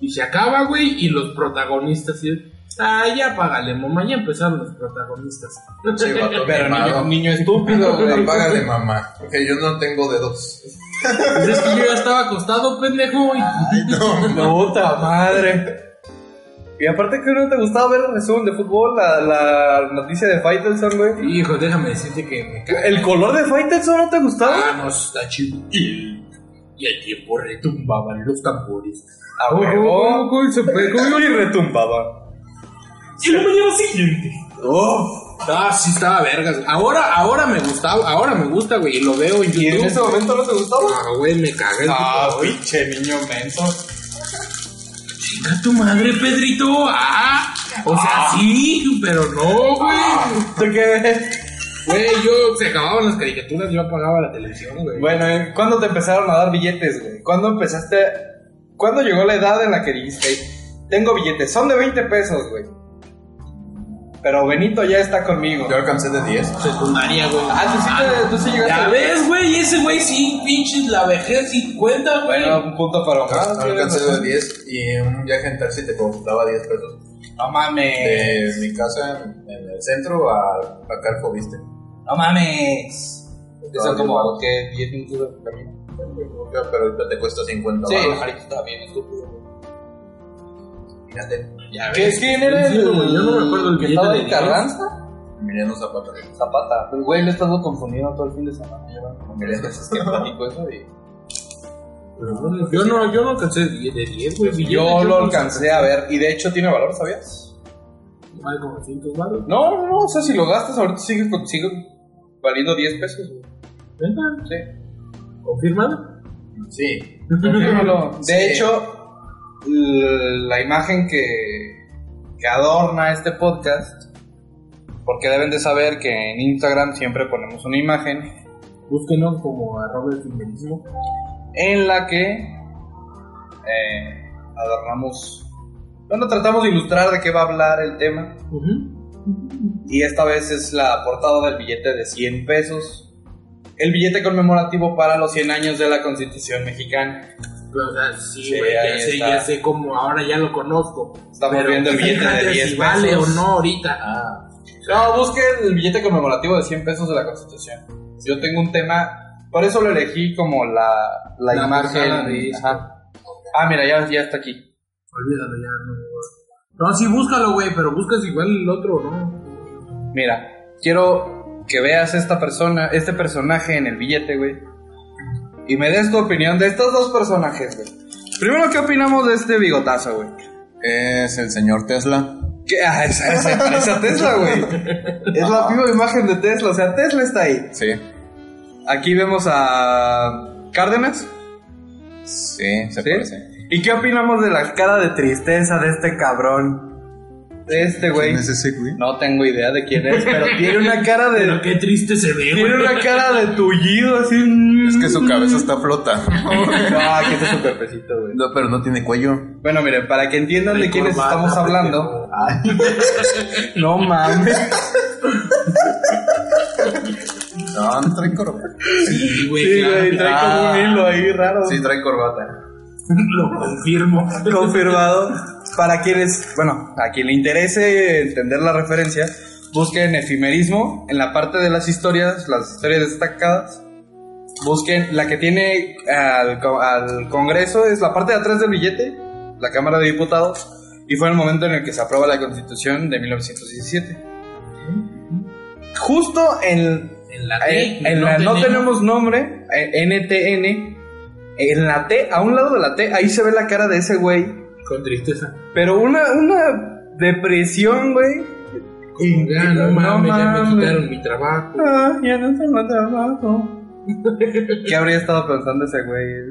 Speaker 2: Y se acaba, güey, y los protagonistas. Y, ah, ya págale, mamá, ya empezaron los protagonistas.
Speaker 3: Sí, vato
Speaker 1: Pero niño,
Speaker 3: mimado.
Speaker 1: niño estúpido, güey.
Speaker 3: Apágale, mamá, que yo no tengo dedos.
Speaker 2: Pues es que yo ya estaba acostado, pendejo. y-
Speaker 1: Puta madre. Y aparte que no te gustaba ver el resumen de fútbol, la, la noticia de Faitelson, güey.
Speaker 2: Hijo, déjame decirte que me caga.
Speaker 1: ¿El color de Faitelson no te gustaba?
Speaker 2: Ah, no, está chido. Y y el tiempo retumbaban los tambores.
Speaker 1: A
Speaker 2: Oh,
Speaker 1: huevo.
Speaker 2: oh, oh, se fue, ¿cómo?
Speaker 1: Y retumbaba.
Speaker 2: Y la mañana siguiente. Oh, ah, sí estaba vergas. Ahora, ahora me gustaba, ahora me gusta, güey, y lo veo en
Speaker 1: ¿Y en Ah.
Speaker 2: YouTube.
Speaker 1: ese momento no te gustaba?
Speaker 2: Ah, güey, me caga el tipo, güey.
Speaker 1: pinche niño mento.
Speaker 2: Chinga tu madre, Pedrito. Ah, o sea, sí, pero no, güey.
Speaker 1: ¿Tú qué?
Speaker 2: Güey, yo se acababan las caricaturas, yo apagaba la televisión, güey.
Speaker 1: Bueno, ¿eh? ¿cuándo te empezaron a dar billetes, güey? ¿Cuándo empezaste? ¿Cuándo llegó la edad en la que dijiste, tengo billetes, son de 20 pesos, güey? Pero Benito ya está conmigo.
Speaker 3: Yo alcancé de 10.
Speaker 2: Secundaria, Pues, güey.
Speaker 1: Ah, tú sí, te- tú sí llegaste.
Speaker 4: Ya
Speaker 1: a-
Speaker 4: ves, güey, ese güey sí, pinches, la vejez sí cuenta, güey.
Speaker 1: Bueno, un punto para Omar.
Speaker 3: Yo alcancé de 10 y en un viaje en taxi te costaba 10 pesos.
Speaker 1: No mames.
Speaker 3: De mi casa en, en el centro a, a Calco, viste.
Speaker 1: No mames.
Speaker 3: No,
Speaker 1: Eso
Speaker 3: yo
Speaker 1: como
Speaker 3: no.
Speaker 1: que 10 minutos de camino.
Speaker 3: Pero ahorita te cuesta 50
Speaker 1: Sí,
Speaker 3: baros.
Speaker 1: Jarito está bien estúpido.
Speaker 3: Fíjate,
Speaker 2: Ya
Speaker 1: ¿Qué es
Speaker 2: ves.
Speaker 1: quién era el,
Speaker 2: Sí, güey, yo no me acuerdo el
Speaker 1: que
Speaker 2: billete
Speaker 1: estaba
Speaker 2: de
Speaker 1: en
Speaker 2: diez.
Speaker 1: Carranza?
Speaker 3: Emiliano Zapata.
Speaker 1: Zapata. Pero güey, lo he estado confundiendo todo el fin de semana. Llevan
Speaker 3: Emiliano
Speaker 1: veces que platico eso y...
Speaker 2: Pero no, Yo no, yo no alcancé de 10, de 10, güey. billetes,
Speaker 1: Yo lo
Speaker 2: no
Speaker 1: alcancé a ver y de hecho tiene valor, ¿sabías?
Speaker 2: alcancé. Vale como 200 baros.
Speaker 1: No, no, no, o sea, si lo gastas ahorita sigue, con- sigue valiendo 10 pesos. güey.
Speaker 2: ¿Neta?
Speaker 1: Sí.
Speaker 2: ¿Confirmado?
Speaker 3: Sí.
Speaker 1: De
Speaker 3: Sí.
Speaker 1: hecho, l- la imagen que, que adorna este podcast, porque deben de saber que en Instagram siempre ponemos una imagen
Speaker 2: Búsquenos como arroba el fingerismo.
Speaker 1: en la que eh, adornamos, bueno, tratamos de ilustrar de qué va a hablar el tema. Y esta vez es la portada del billete de 100 pesos. El billete conmemorativo para los 100 años de la Constitución mexicana.
Speaker 2: Pero, o sea, sí,
Speaker 1: Sí,
Speaker 2: güey, ya
Speaker 1: ahí
Speaker 2: sé,
Speaker 1: está.
Speaker 2: ya sé cómo, ahora ya lo conozco.
Speaker 1: Estamos viendo el billete
Speaker 2: fíjate
Speaker 1: de 10
Speaker 2: si vale o
Speaker 1: pesos. Ah.
Speaker 2: no ahorita.
Speaker 1: No, busquen el billete conmemorativo de 100 pesos de la Constitución. Yo tengo un tema, por eso lo elegí como la, la,
Speaker 2: La portada
Speaker 1: imagen.
Speaker 2: de-
Speaker 1: ajá. Ah, mira, ya, ya está aquí.
Speaker 2: Olvídalo ya, no. No, sí, búscalo, güey, pero buscas igual el otro, ¿no?
Speaker 1: Mira, quiero que veas esta persona, este personaje en el billete, güey. Y me des tu opinión de estos dos personajes, güey. Primero, ¿qué opinamos de este bigotazo, güey?
Speaker 3: Es el señor Tesla.
Speaker 1: ¿Qué? Ah, es- es- se parece a Tesla, güey. Es la viva imagen de Tesla, o sea, Tesla está ahí.
Speaker 3: Sí.
Speaker 1: Aquí vemos a Cárdenas.
Speaker 3: Sí, se
Speaker 1: ¿Sí?
Speaker 3: parece.
Speaker 1: ¿Y qué opinamos de la cara de tristeza de este cabrón? De este güey.
Speaker 3: ese, güey?
Speaker 1: No tengo idea de quién es, pero tiene una cara
Speaker 2: Pero
Speaker 1: de.
Speaker 2: qué triste se ve,
Speaker 1: Tiene
Speaker 2: güey.
Speaker 1: una cara de tullido, así.
Speaker 3: Es que su cabeza está flotando.
Speaker 1: Ah, que este es su cuerpecito, güey.
Speaker 3: No, pero no tiene cuello.
Speaker 1: Bueno, miren, para que entiendan de quiénes
Speaker 2: Corbata,
Speaker 1: estamos hablando.
Speaker 2: pendejo.
Speaker 1: No mames.
Speaker 3: No, no trae corbata.
Speaker 2: Sí, güey,
Speaker 1: Sí,
Speaker 2: claro,
Speaker 1: güey, trae como un hilo ahí raro.
Speaker 3: Ah. Sí, trae corbata.
Speaker 2: lo confirmo.
Speaker 1: confirmado. Para quienes, bueno, a quien le interese entender la referencia, busquen efimerismo en la parte de las historias, las historias destacadas. Busquen la que tiene al, co- al Congreso, es la parte de atrás del billete, la Cámara de Diputados, y fue el momento en el que se aprueba la Constitución de 1917. Justo en,
Speaker 2: En la
Speaker 1: en, en
Speaker 2: no
Speaker 1: la no
Speaker 2: tenemos-
Speaker 1: tenemos nombre, eh, NTN, en la T, a un lado de la T, ahí se ve la cara de ese güey
Speaker 2: Con tristeza.
Speaker 1: pero una, una depresión, güey.
Speaker 2: Como, ya, no, mames, ya me quitaron mi trabajo.
Speaker 1: Ah, ya no tengo trabajo. ¿Qué habría estado pensando ese güey?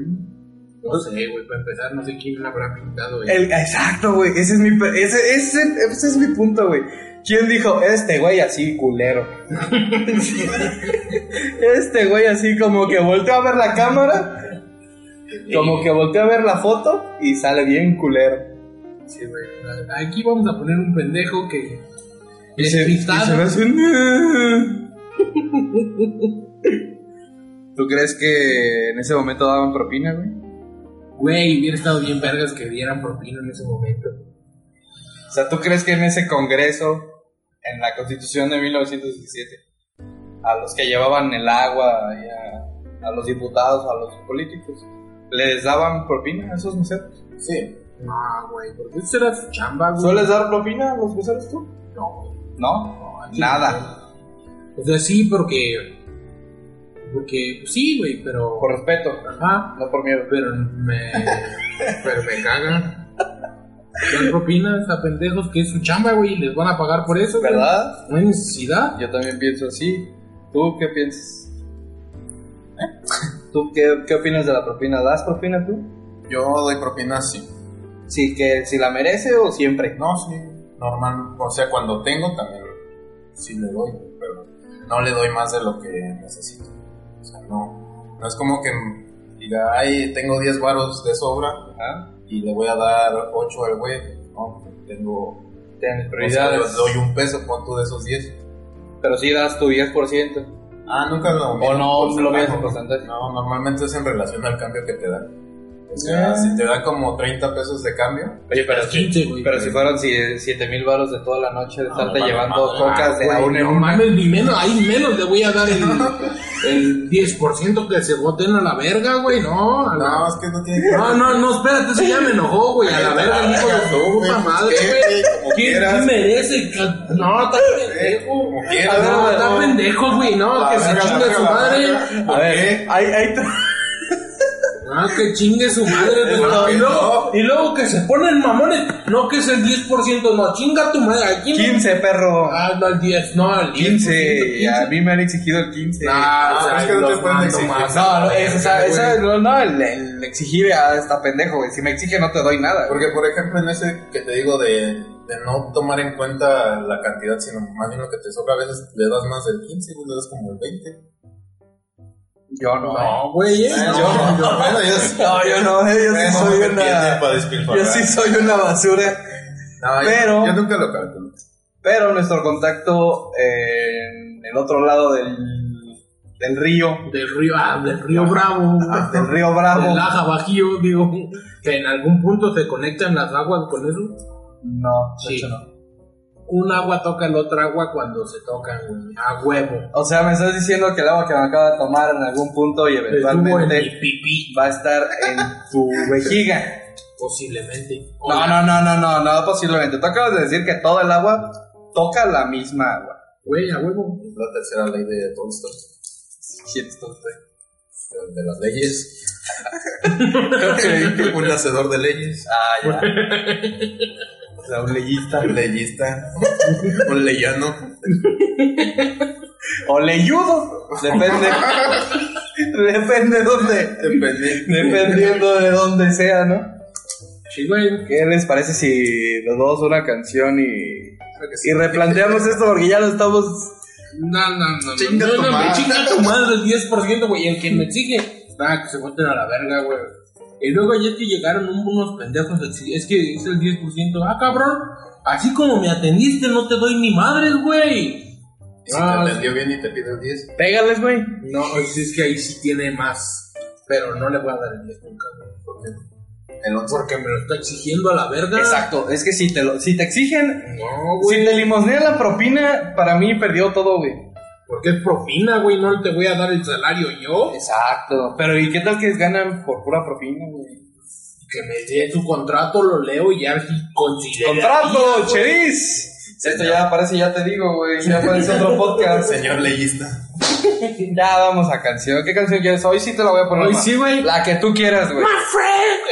Speaker 2: No sé, güey, para empezar, no sé quién habrá pintado eso.
Speaker 1: El- exacto, güey. Ese es mi pe- ese, ese, ese es mi punto, güey. ¿Quién dijo este güey así culero? este güey así como que volteó a ver la cámara, como que volteó a ver la foto y sale bien culero.
Speaker 2: Sí, güey. Aquí vamos a poner un pendejo que.
Speaker 1: Y se, "Ah". y
Speaker 2: despistado.
Speaker 1: se ve así. ¿Tú crees que en ese momento daban propina, güey?
Speaker 2: Güey, hubiera estado bien vergas que dieran propina en ese momento.
Speaker 1: O sea, ¿tú crees que en ese congreso, en la constitución de 1917, a los que llevaban el agua, y a, a los diputados, a los políticos, les daban propina a esos meseros?
Speaker 3: Sí.
Speaker 2: No, güey, porque eso era su chamba, güey.
Speaker 1: ¿Sueles dar propina a los meseros tú?
Speaker 2: No, güey.
Speaker 1: No, nada.
Speaker 2: O sea, sí, porque. Porque, pues, sí, güey, pero.
Speaker 1: Por respeto,
Speaker 2: Ajá,
Speaker 1: no por miedo.
Speaker 2: pero me. pero me caga. Dan propinas a pendejos que es su chamba, güey, y les van a pagar por eso, güey.
Speaker 1: ¿Verdad?
Speaker 2: No hay necesidad.
Speaker 1: Yo también pienso así. ¿Tú qué piensas? ¿Eh? ¿Tú qué, qué opinas de la propina? ¿Das propina tú?
Speaker 3: Yo doy propina sí.
Speaker 1: Sí, que si la merece o siempre.
Speaker 3: No, sí. Normal. O sea, cuando tengo también sí le doy. Pero no le doy más de lo que necesito. O sea, no, no es como que diga, ay, tengo 10 varos de sobra
Speaker 1: Ajá.
Speaker 3: y le voy a dar 8 al güey. No, tengo...
Speaker 1: Ten
Speaker 3: O sea,
Speaker 1: prioridades.
Speaker 3: le doy un peso, pon tú de esos 10.
Speaker 1: Pero sí das tu 10%.
Speaker 3: Ah, nunca lo
Speaker 1: O no,
Speaker 3: por
Speaker 1: lo mides
Speaker 3: centavo,
Speaker 1: en
Speaker 3: ¿no?
Speaker 1: porcentaje.
Speaker 3: No, normalmente es en relación al cambio que te dan. O sea, si te dan como 30 pesos de cambio,
Speaker 1: Oye, pero si,
Speaker 2: 15, güey.
Speaker 1: pero si fueron 7 mil baros de toda la noche de
Speaker 3: No,
Speaker 1: estarte
Speaker 3: me vale
Speaker 1: llevando
Speaker 3: madre.
Speaker 1: cocas de
Speaker 2: Ah,
Speaker 1: a
Speaker 2: güey,
Speaker 1: un en
Speaker 2: no
Speaker 1: una.
Speaker 2: mames, ni menos, ahí menos le voy a dar el, el 10% que se voten a la verga, güey, no, a
Speaker 3: no,
Speaker 2: la-
Speaker 3: es que no tiene que
Speaker 2: no, no, no, espérate, eso ya me enojó, güey, a la verga, el hijo de su puta madre, güey.
Speaker 3: Como
Speaker 2: ¿Quién quién
Speaker 3: quieras.
Speaker 2: merece? ca- No, está pendejo.
Speaker 3: Como
Speaker 2: A
Speaker 3: quieras.
Speaker 2: ver,
Speaker 1: no,
Speaker 2: está
Speaker 1: ¿Eh? no.
Speaker 2: pendejo, güey, no, que se chingue su madre.
Speaker 1: A ver, ahí, ahí te-
Speaker 2: No, Ah, que chingue su madre, güey.
Speaker 3: Eso
Speaker 1: Ah,
Speaker 2: y,
Speaker 3: que
Speaker 2: luego, y luego que se ponen mamones. No, que es el 10%, no, chinga tu madre. ¿A quién?
Speaker 1: 15, perro.
Speaker 2: Ah, no, el 10, no, el 10.
Speaker 1: 15. A mí me han exigido el 15.
Speaker 2: Ah,
Speaker 3: No,
Speaker 2: o sea,
Speaker 3: es que no te
Speaker 2: los
Speaker 3: pueden
Speaker 2: mando
Speaker 3: exigir.
Speaker 2: más.
Speaker 1: No, no,
Speaker 2: Ay,
Speaker 1: es, o sea,
Speaker 2: güey.
Speaker 1: esa- no, no, el, el exigir ah, está pendejo, güey. Si me exige no te doy nada. güey.
Speaker 3: Porque, por ejemplo, en ese que te digo de, de no tomar en cuenta la cantidad, sino más bien lo que te sobra, a veces le das más del 15, güey, le das como el 20.
Speaker 1: Yo no. eh.
Speaker 2: No, güey, eh,
Speaker 3: Bueno,
Speaker 2: no.
Speaker 3: yo- bueno, yo sí.
Speaker 1: No, yo no, eh, yo sí
Speaker 3: Bueno, pues,
Speaker 1: soy
Speaker 3: me tiene
Speaker 1: una.
Speaker 3: para despilfarrar.
Speaker 1: Yo sí soy una basura.
Speaker 3: No, Ah, yo-
Speaker 1: pero-
Speaker 3: Yo nunca lo calculo.
Speaker 1: Pero nuestro contacto eh, en el otro lado del, del río,
Speaker 2: Del río, ah, del río Bravo.
Speaker 1: Ah, del río
Speaker 2: Del
Speaker 1: Bravo,
Speaker 2: Laja Bajío, digo. Que en algún punto se conectan las aguas con eso.
Speaker 1: no, de
Speaker 2: Sí.
Speaker 1: hecho no.
Speaker 2: Un agua toca el otra agua cuando se tocan, güey. A huevo.
Speaker 1: O sea, me estás diciendo que el agua que me acaba de tomar en algún punto y
Speaker 2: Estuvo en mi
Speaker 1: eventualmente
Speaker 2: pipí,
Speaker 1: va a estar en tu vejiga.
Speaker 2: posiblemente.
Speaker 1: No, no, no, no, no, no, posiblemente. Tú acabas de decir que toda el agua toca la misma agua.
Speaker 2: Güey, a huevo.
Speaker 3: Es la tercera ley de Tolstoy,
Speaker 1: Siento usted.
Speaker 3: de de las leyes. Un hacedor de leyes.
Speaker 1: Ah, ya. O sea, un leyista.
Speaker 3: Un leyista. Un leyano.
Speaker 1: O leyudo. Depende. Depende dónde.
Speaker 3: Depende.
Speaker 1: Dependiendo de dónde sea, ¿no?
Speaker 2: Sí, güey.
Speaker 1: ¿Qué les parece si los dos una canción y. Y replanteamos esto porque ya lo estamos.
Speaker 2: No, no, no.
Speaker 3: Chinga
Speaker 2: no,
Speaker 3: tu
Speaker 2: no, no,
Speaker 3: madre.
Speaker 2: Chinga tu madre el 10%, güey. El que me exige. Ah, que se voten a la verga, güey. Y luego ya que llegaron un- unos pendejos. a exigir- Es que es el 10%. Ah, cabrón. Así como me atendiste, no te doy ni madres, güey.
Speaker 3: Y si te atendió bien y te pide el 10.
Speaker 1: Pégales, güey.
Speaker 2: No, es, es que ahí sí tiene más. Pero no le voy a dar el 10 nunca, güey. ¿Por qué?
Speaker 3: El 11.
Speaker 2: Porque me lo está exigiendo a la verga.
Speaker 1: Exacto. Es que si te, lo, si te exigen.
Speaker 2: No, güey.
Speaker 1: Si te limosnean la propina, para mí perdió todo, güey.
Speaker 2: Porque es propina, güey. No te voy a dar el salario yo.
Speaker 1: Exacto. Pero ¿y qué tal que ganan por pura propina, güey?
Speaker 2: Que me dé tu contrato, lo leo y ya sí consideraría,
Speaker 1: ¡Contrato,
Speaker 2: güey.
Speaker 1: Cheris! Esto ya aparece, ya te digo, güey. Ya aparece otro podcast.
Speaker 3: Señor leyista.
Speaker 1: Ya vamos a canción. ¿Qué canción quieres? Hoy sí te la voy a poner.
Speaker 2: Hoy
Speaker 1: ma.
Speaker 2: sí, güey.
Speaker 1: La que tú quieras, güey.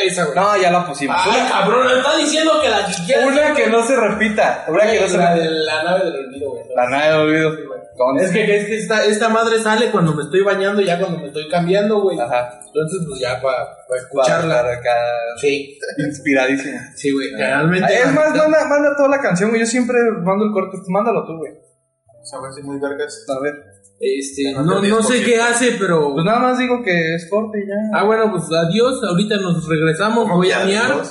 Speaker 2: Esa, güey.
Speaker 1: No, ya la pusimos.
Speaker 2: Ay, cabrón, está diciendo que la que quieras.
Speaker 1: Una que no se repita. Una que no se
Speaker 2: La de
Speaker 1: repita.
Speaker 2: la nave del olvido, güey.
Speaker 1: La nave de olvido. Con-
Speaker 2: Es que, es que esta, esta madre sale cuando me estoy bañando, ya cuando me estoy cambiando, güey.
Speaker 1: Ajá.
Speaker 2: Entonces, pues ya para
Speaker 1: Charla.
Speaker 2: escucharla. Sí,
Speaker 1: Inspiradísima.
Speaker 2: sí, güey. Generalmente.
Speaker 1: Ah. Es más, manda, manda toda la canción, güey. Yo siempre mando el corte. Mándalo tú, güey.
Speaker 3: Saben si muy vergas.
Speaker 1: A ver.
Speaker 2: Este,
Speaker 3: no
Speaker 2: no,
Speaker 3: te
Speaker 2: no
Speaker 3: des
Speaker 2: sé
Speaker 3: por
Speaker 2: qué hace, pero.
Speaker 1: Pues nada más digo que es corte y ya.
Speaker 2: Ah, bueno, pues adiós. Ahorita nos regresamos. Voy a miar.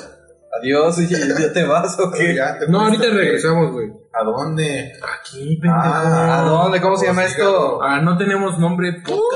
Speaker 1: Adiós, y ya te vas, ¿o qué?
Speaker 3: Ya, te
Speaker 2: No,
Speaker 3: fuiste.
Speaker 2: ahorita regresamos, güey.
Speaker 3: ¿A dónde?
Speaker 2: Aquí,
Speaker 1: ¿A
Speaker 3: Ah,
Speaker 2: pendejo.
Speaker 1: dónde? Uh, ¿Cómo se llama esto?
Speaker 2: Ah, no tenemos nombre. Podcast.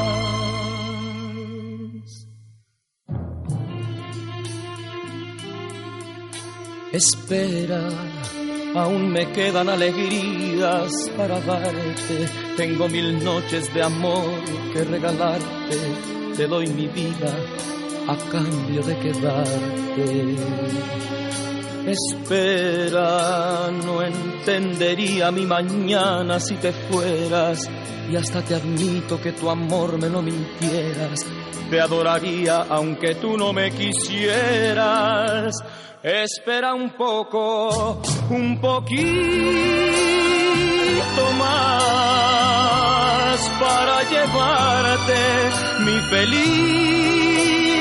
Speaker 5: Espera, aún me quedan alegrías para darte. Tengo mil noches de amor que regalarte. Te doy mi vida a cambio de quedarte. Espera, no entendería mi mañana si te fueras. Y hasta te admito que tu amor me lo mintieras. Te adoraría aunque tú no me quisieras. Espera un poco, un poquito más para llevarte mi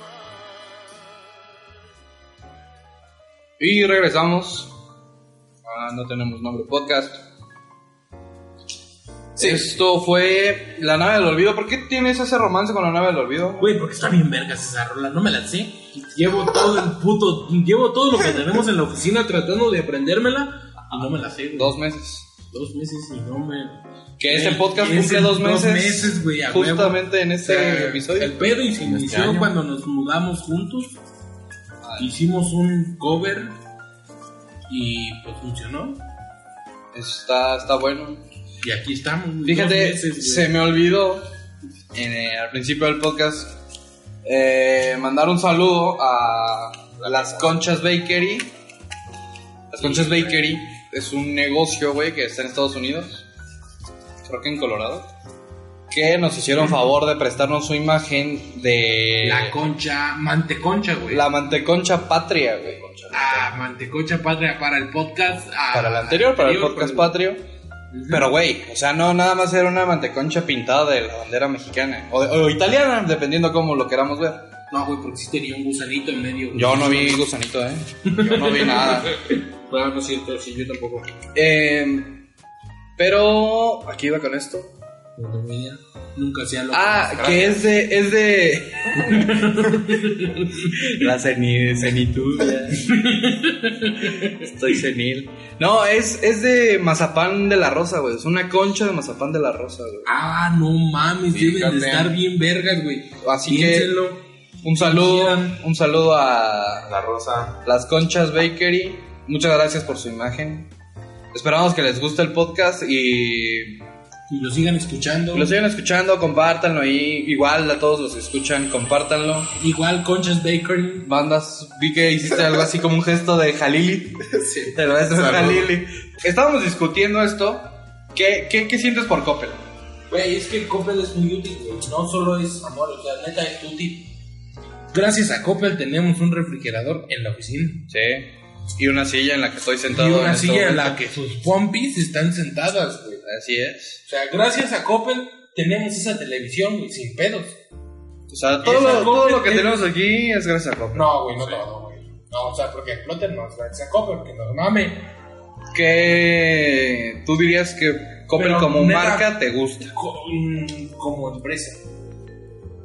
Speaker 5: más.
Speaker 1: Y regresamos. Ah, no tenemos nombre podcast. Esto fue La nave del olvido. ¿Por qué tienes ese romance con la nave del olvido?
Speaker 2: Güey, porque está bien vergas esa rola, no me la sé. Llevo todo el puto, llevo todo lo que tenemos en la oficina tratando de aprendérmela y no me la sé, güey.
Speaker 1: Dos meses.
Speaker 2: Dos meses y no me...
Speaker 1: Que este
Speaker 2: Güey,
Speaker 1: podcast
Speaker 2: es
Speaker 1: cumple
Speaker 2: en
Speaker 1: dos meses.
Speaker 2: meses, güey, a huevo.
Speaker 1: justamente en este
Speaker 2: Eh,
Speaker 1: episodio. Este
Speaker 2: El pedo y se inició
Speaker 3: año.
Speaker 2: cuando nos mudamos juntos. Hicimos un cover y pues funcionó.
Speaker 1: Está, está bueno.
Speaker 2: Y aquí estamos. güey,
Speaker 1: Fíjate,
Speaker 2: dos meses, güey.
Speaker 1: se me olvidó en, eh, al principio del podcast eh, mandar un saludo a las Conchas Bakery. Las Conchas Bakery es un negocio, güey, que está en Estados Unidos, creo que en Colorado, que nos hicieron favor de prestarnos su imagen de
Speaker 2: La concha, manteconcha, güey.
Speaker 1: la manteconcha patria, güey.
Speaker 2: Ah, manteconcha patria para el podcast. ah,
Speaker 1: Para el anterior, pues. para el podcast
Speaker 2: pero-
Speaker 1: patrio.
Speaker 2: Ujú.
Speaker 1: Pero, güey, o sea, no, nada más era una manteconcha pintada de la bandera mexicana. O, o italiana, dependiendo cómo lo queramos ver.
Speaker 2: No, güey, porque sí tenía un gusanito en medio. güey.
Speaker 1: Yo no vi gusanito, ¿eh? Yo no vi nada.
Speaker 2: Pero no es cierto, sí, yo tampoco.
Speaker 1: Eh, pero, aquí iba con esto.
Speaker 2: No tengo idea. Nunca hacía lo
Speaker 1: Ah, que es de... Es de... la ceni- cenitud. ya. Estoy senil. No, es, es de mazapán de la rosa, güey. Es una concha de mazapán de la rosa, güey.
Speaker 2: Ah, no mames, deben
Speaker 3: Fíjate.
Speaker 2: de estar bien vergas, güey.
Speaker 1: Así que-
Speaker 2: Piénsenlo.
Speaker 1: Un saludo, un saludo a
Speaker 3: La rosa.
Speaker 1: Las Conchas Bakery. Muchas gracias por su imagen. Esperamos que les guste el podcast y
Speaker 2: Y lo sigan escuchando.
Speaker 1: lo sigan escuchando, compártanlo ahí. Igual a todos los que escuchan, compártanlo.
Speaker 2: Igual Conchas Bakery.
Speaker 1: Bandas, vi que hiciste algo así como un gesto de Jalili. Te lo ves
Speaker 3: Saludo.
Speaker 1: Jalili. Estábamos discutiendo esto. ¿Qué, qué, qué sientes por Coppel?
Speaker 4: Güey, es que el Coppel es muy útil, güey. No solo es amor, o sea, neta es útil.
Speaker 2: Gracias a Coppel tenemos un refrigerador en la oficina.
Speaker 1: Sí. Y una silla en la que estoy
Speaker 6: Y
Speaker 1: sentado.
Speaker 6: una
Speaker 1: este
Speaker 6: silla en
Speaker 1: momento.
Speaker 6: la que sus pompis están sentadas, güey.
Speaker 1: Así es.
Speaker 2: O sea, gracias a Coppel tenemos esa televisión, güey, sin pedos.
Speaker 1: O sea, todo, lo,
Speaker 2: algo
Speaker 1: todo
Speaker 2: que
Speaker 1: lo que
Speaker 2: tiene-
Speaker 1: tenemos aquí es gracias a Coppel.
Speaker 2: No, güey, no todo, güey. No, o sea, porque exploten no es gracias a Coppel, que nos mame.
Speaker 1: ¿Qué tú dirías que Coppel
Speaker 2: Pero,
Speaker 1: como
Speaker 2: neta.
Speaker 1: marca te gusta?
Speaker 2: Co- mm, como empresa,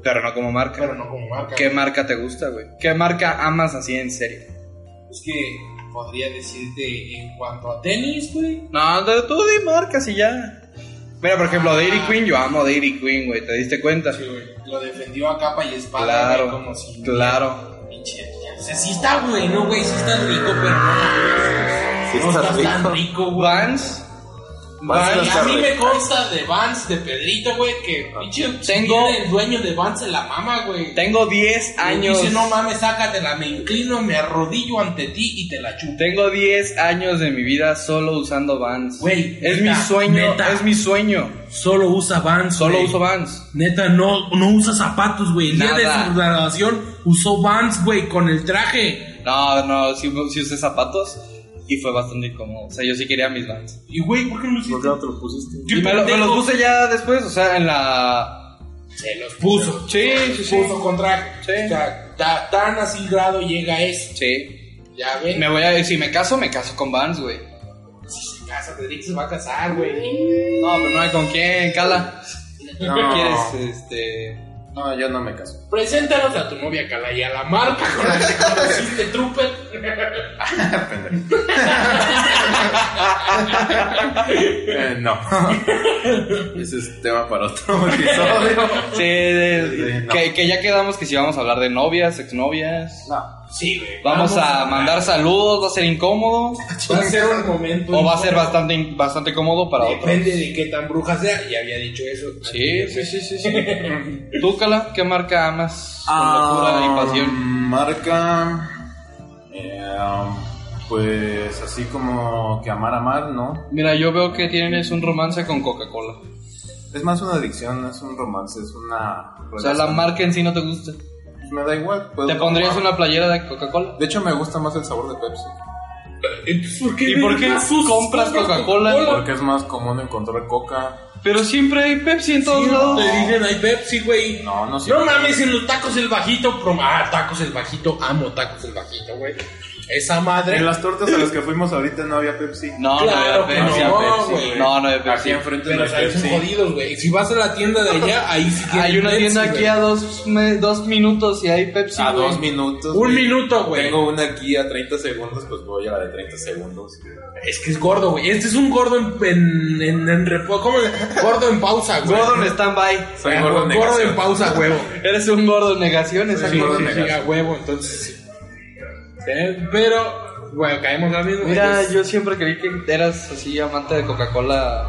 Speaker 1: Pero no como marca.
Speaker 2: pero no como marca.
Speaker 1: ¿Qué marca te gusta, güey? ¿Qué marca amas así en serio?
Speaker 2: Es que podría decirte en cuanto a tenis, güey.
Speaker 1: No, de- tú di marcas y ya. Mira, por
Speaker 2: Ah.
Speaker 1: ejemplo, Dairy Queen, yo amo Dairy Queen, güey, ¿te diste cuenta?
Speaker 2: Lo defendió a capa y espada,
Speaker 1: claro,
Speaker 2: güey, como si...
Speaker 1: claro.
Speaker 2: Pinche, o sea, sí está bueno, güey, sí está rico, pero no,
Speaker 3: Sí
Speaker 2: no
Speaker 3: está
Speaker 2: está, tan
Speaker 3: rico.
Speaker 2: rico, güey.
Speaker 1: Vans,
Speaker 3: Vans
Speaker 2: Y
Speaker 3: no
Speaker 2: a
Speaker 3: está
Speaker 2: mí me
Speaker 3: rico.
Speaker 2: consta de Vans, de Pedrito, güey, que pinche
Speaker 1: Tengo-
Speaker 2: el dueño de Vans en la mama, güey.
Speaker 1: tengo 10
Speaker 2: Me
Speaker 1: años.
Speaker 2: Dice, no mames, sácatela, me inclino, me arrodillo ante ti y te la chupo.
Speaker 1: Tengo 10 años de mi vida solo usando Vans.
Speaker 2: Güey,
Speaker 1: es
Speaker 2: neta,
Speaker 1: mi sueño,
Speaker 2: neta.
Speaker 1: es mi sueño.
Speaker 6: Solo usa Vans,
Speaker 1: Solo
Speaker 6: güey.
Speaker 1: uso Vans.
Speaker 6: Neta, no, no usa zapatos, güey. El día
Speaker 1: Nada.
Speaker 6: de su graduación usó Vans, güey, con el traje.
Speaker 1: No, no, sí, sí usé zapatos y fue bastante incómodo. O sea, yo sí quería mis Vans.
Speaker 2: Y güey, ¿por qué no hiciste?
Speaker 3: ¿Por qué no te lo pusiste?
Speaker 1: Y me, lo- me los puse ya después, o sea, en la...
Speaker 2: Se los puso.
Speaker 1: Sí, sí, sí.
Speaker 2: Puso con traje.
Speaker 1: Sí.
Speaker 2: O sea, ta- tan así grado llega eso.
Speaker 1: Sí.
Speaker 2: Ya ven,
Speaker 1: Me voy a... Si me caso, me caso con Vans, güey.
Speaker 2: si se casa, Pedrito se va a casar, güey.
Speaker 1: No, pero no hay con quién, Cala.
Speaker 3: No.
Speaker 1: ¿Qué quieres? Este.
Speaker 3: No, yo no me caso.
Speaker 2: Preséntanos a tu novia, Cala, y a la marca con la que conociste, Trooper.
Speaker 3: Eh, no. Ese es tema para otro episodio.
Speaker 1: Sí, de-
Speaker 3: Sí, no.
Speaker 1: que, que ya quedamos que si vamos a hablar de novias, exnovias.
Speaker 3: No.
Speaker 2: Sí, güey.
Speaker 1: Vamos, a, mandar saludos, va a ser incómodo.
Speaker 2: Va a ser un momento.
Speaker 1: o va a ser
Speaker 2: incómodo.
Speaker 1: bastante, in- bastante cómodo para otros.
Speaker 2: Depende de qué tan bruja sea. Ya había dicho eso.
Speaker 1: Sí, sí, sí, sí. sí. Tú, Cala, ¿qué marca amas? Con locura y pasión.
Speaker 3: Ah, Marca. eh, um, pues así como que amar, amar, ¿no?
Speaker 1: Mira, yo veo que tienes un romance con Coca-Cola.
Speaker 3: Es más una adicción, no es un romance, es una.
Speaker 1: O sea, la
Speaker 3: relación.
Speaker 1: marca en sí no te gusta.
Speaker 3: Me da igual. puedo
Speaker 1: ¿Te pondrías
Speaker 3: tomar.
Speaker 1: una playera de Coca-Cola?
Speaker 3: De hecho, me gusta más el sabor de Pepsi.
Speaker 2: Entonces, ¿por qué
Speaker 1: ¿Y por qué
Speaker 2: vergas usas
Speaker 1: compras Coca-Cola?
Speaker 3: Porque es más común encontrar coca.
Speaker 1: Pero siempre hay Pepsi en todos
Speaker 2: Sí,
Speaker 1: lados.
Speaker 2: Te dicen, hay Pepsi, güey.
Speaker 3: No, no sé.
Speaker 2: No mames, en los tacos el bajito. prom- Ah, tacos el bajito. Amo tacos el bajito, güey. Esa madre.
Speaker 3: En las tortas a las que fuimos ahorita no había Pepsi.
Speaker 1: No,
Speaker 2: Claro
Speaker 1: no
Speaker 2: que
Speaker 1: había Pepsi.
Speaker 2: no,
Speaker 1: Pepsi.
Speaker 2: güey.
Speaker 1: No, no había Pepsi.
Speaker 3: Aquí enfrente no
Speaker 2: Pero
Speaker 3: hay
Speaker 2: o sea, ahí son
Speaker 3: Pepsi.
Speaker 2: jodidos, güey. Si vas a la tienda de allá, ahí sí tienen
Speaker 1: Hay una
Speaker 2: Pepsi,
Speaker 1: tienda aquí
Speaker 2: güey.
Speaker 1: a dos, me- dos minutos y hay Pepsi.
Speaker 3: A
Speaker 1: güey.
Speaker 3: dos minutos.
Speaker 2: Un
Speaker 3: güey.
Speaker 2: minuto, güey.
Speaker 3: Tengo una aquí a 30 segundos, pues voy a la de 30 segundos.
Speaker 2: Es que es gordo, güey. Este es un gordo en, en, en, en repo- ¿Cómo? le- Gordo en pausa, güey.
Speaker 1: Gordo en stand-by.
Speaker 3: Soy
Speaker 2: Ah,
Speaker 3: gordo en negación.
Speaker 2: en pausa, huevo.
Speaker 1: Eres un gordo en negación, esa
Speaker 2: Sí,
Speaker 1: gordo
Speaker 2: sí,
Speaker 1: en
Speaker 2: sí,
Speaker 1: negación.
Speaker 2: a huevo, entonces sí. Eh, Pero, bueno, caemos la misma.
Speaker 1: Mira,
Speaker 2: Entonces,
Speaker 1: yo siempre creí que eras así amante de Coca-Cola.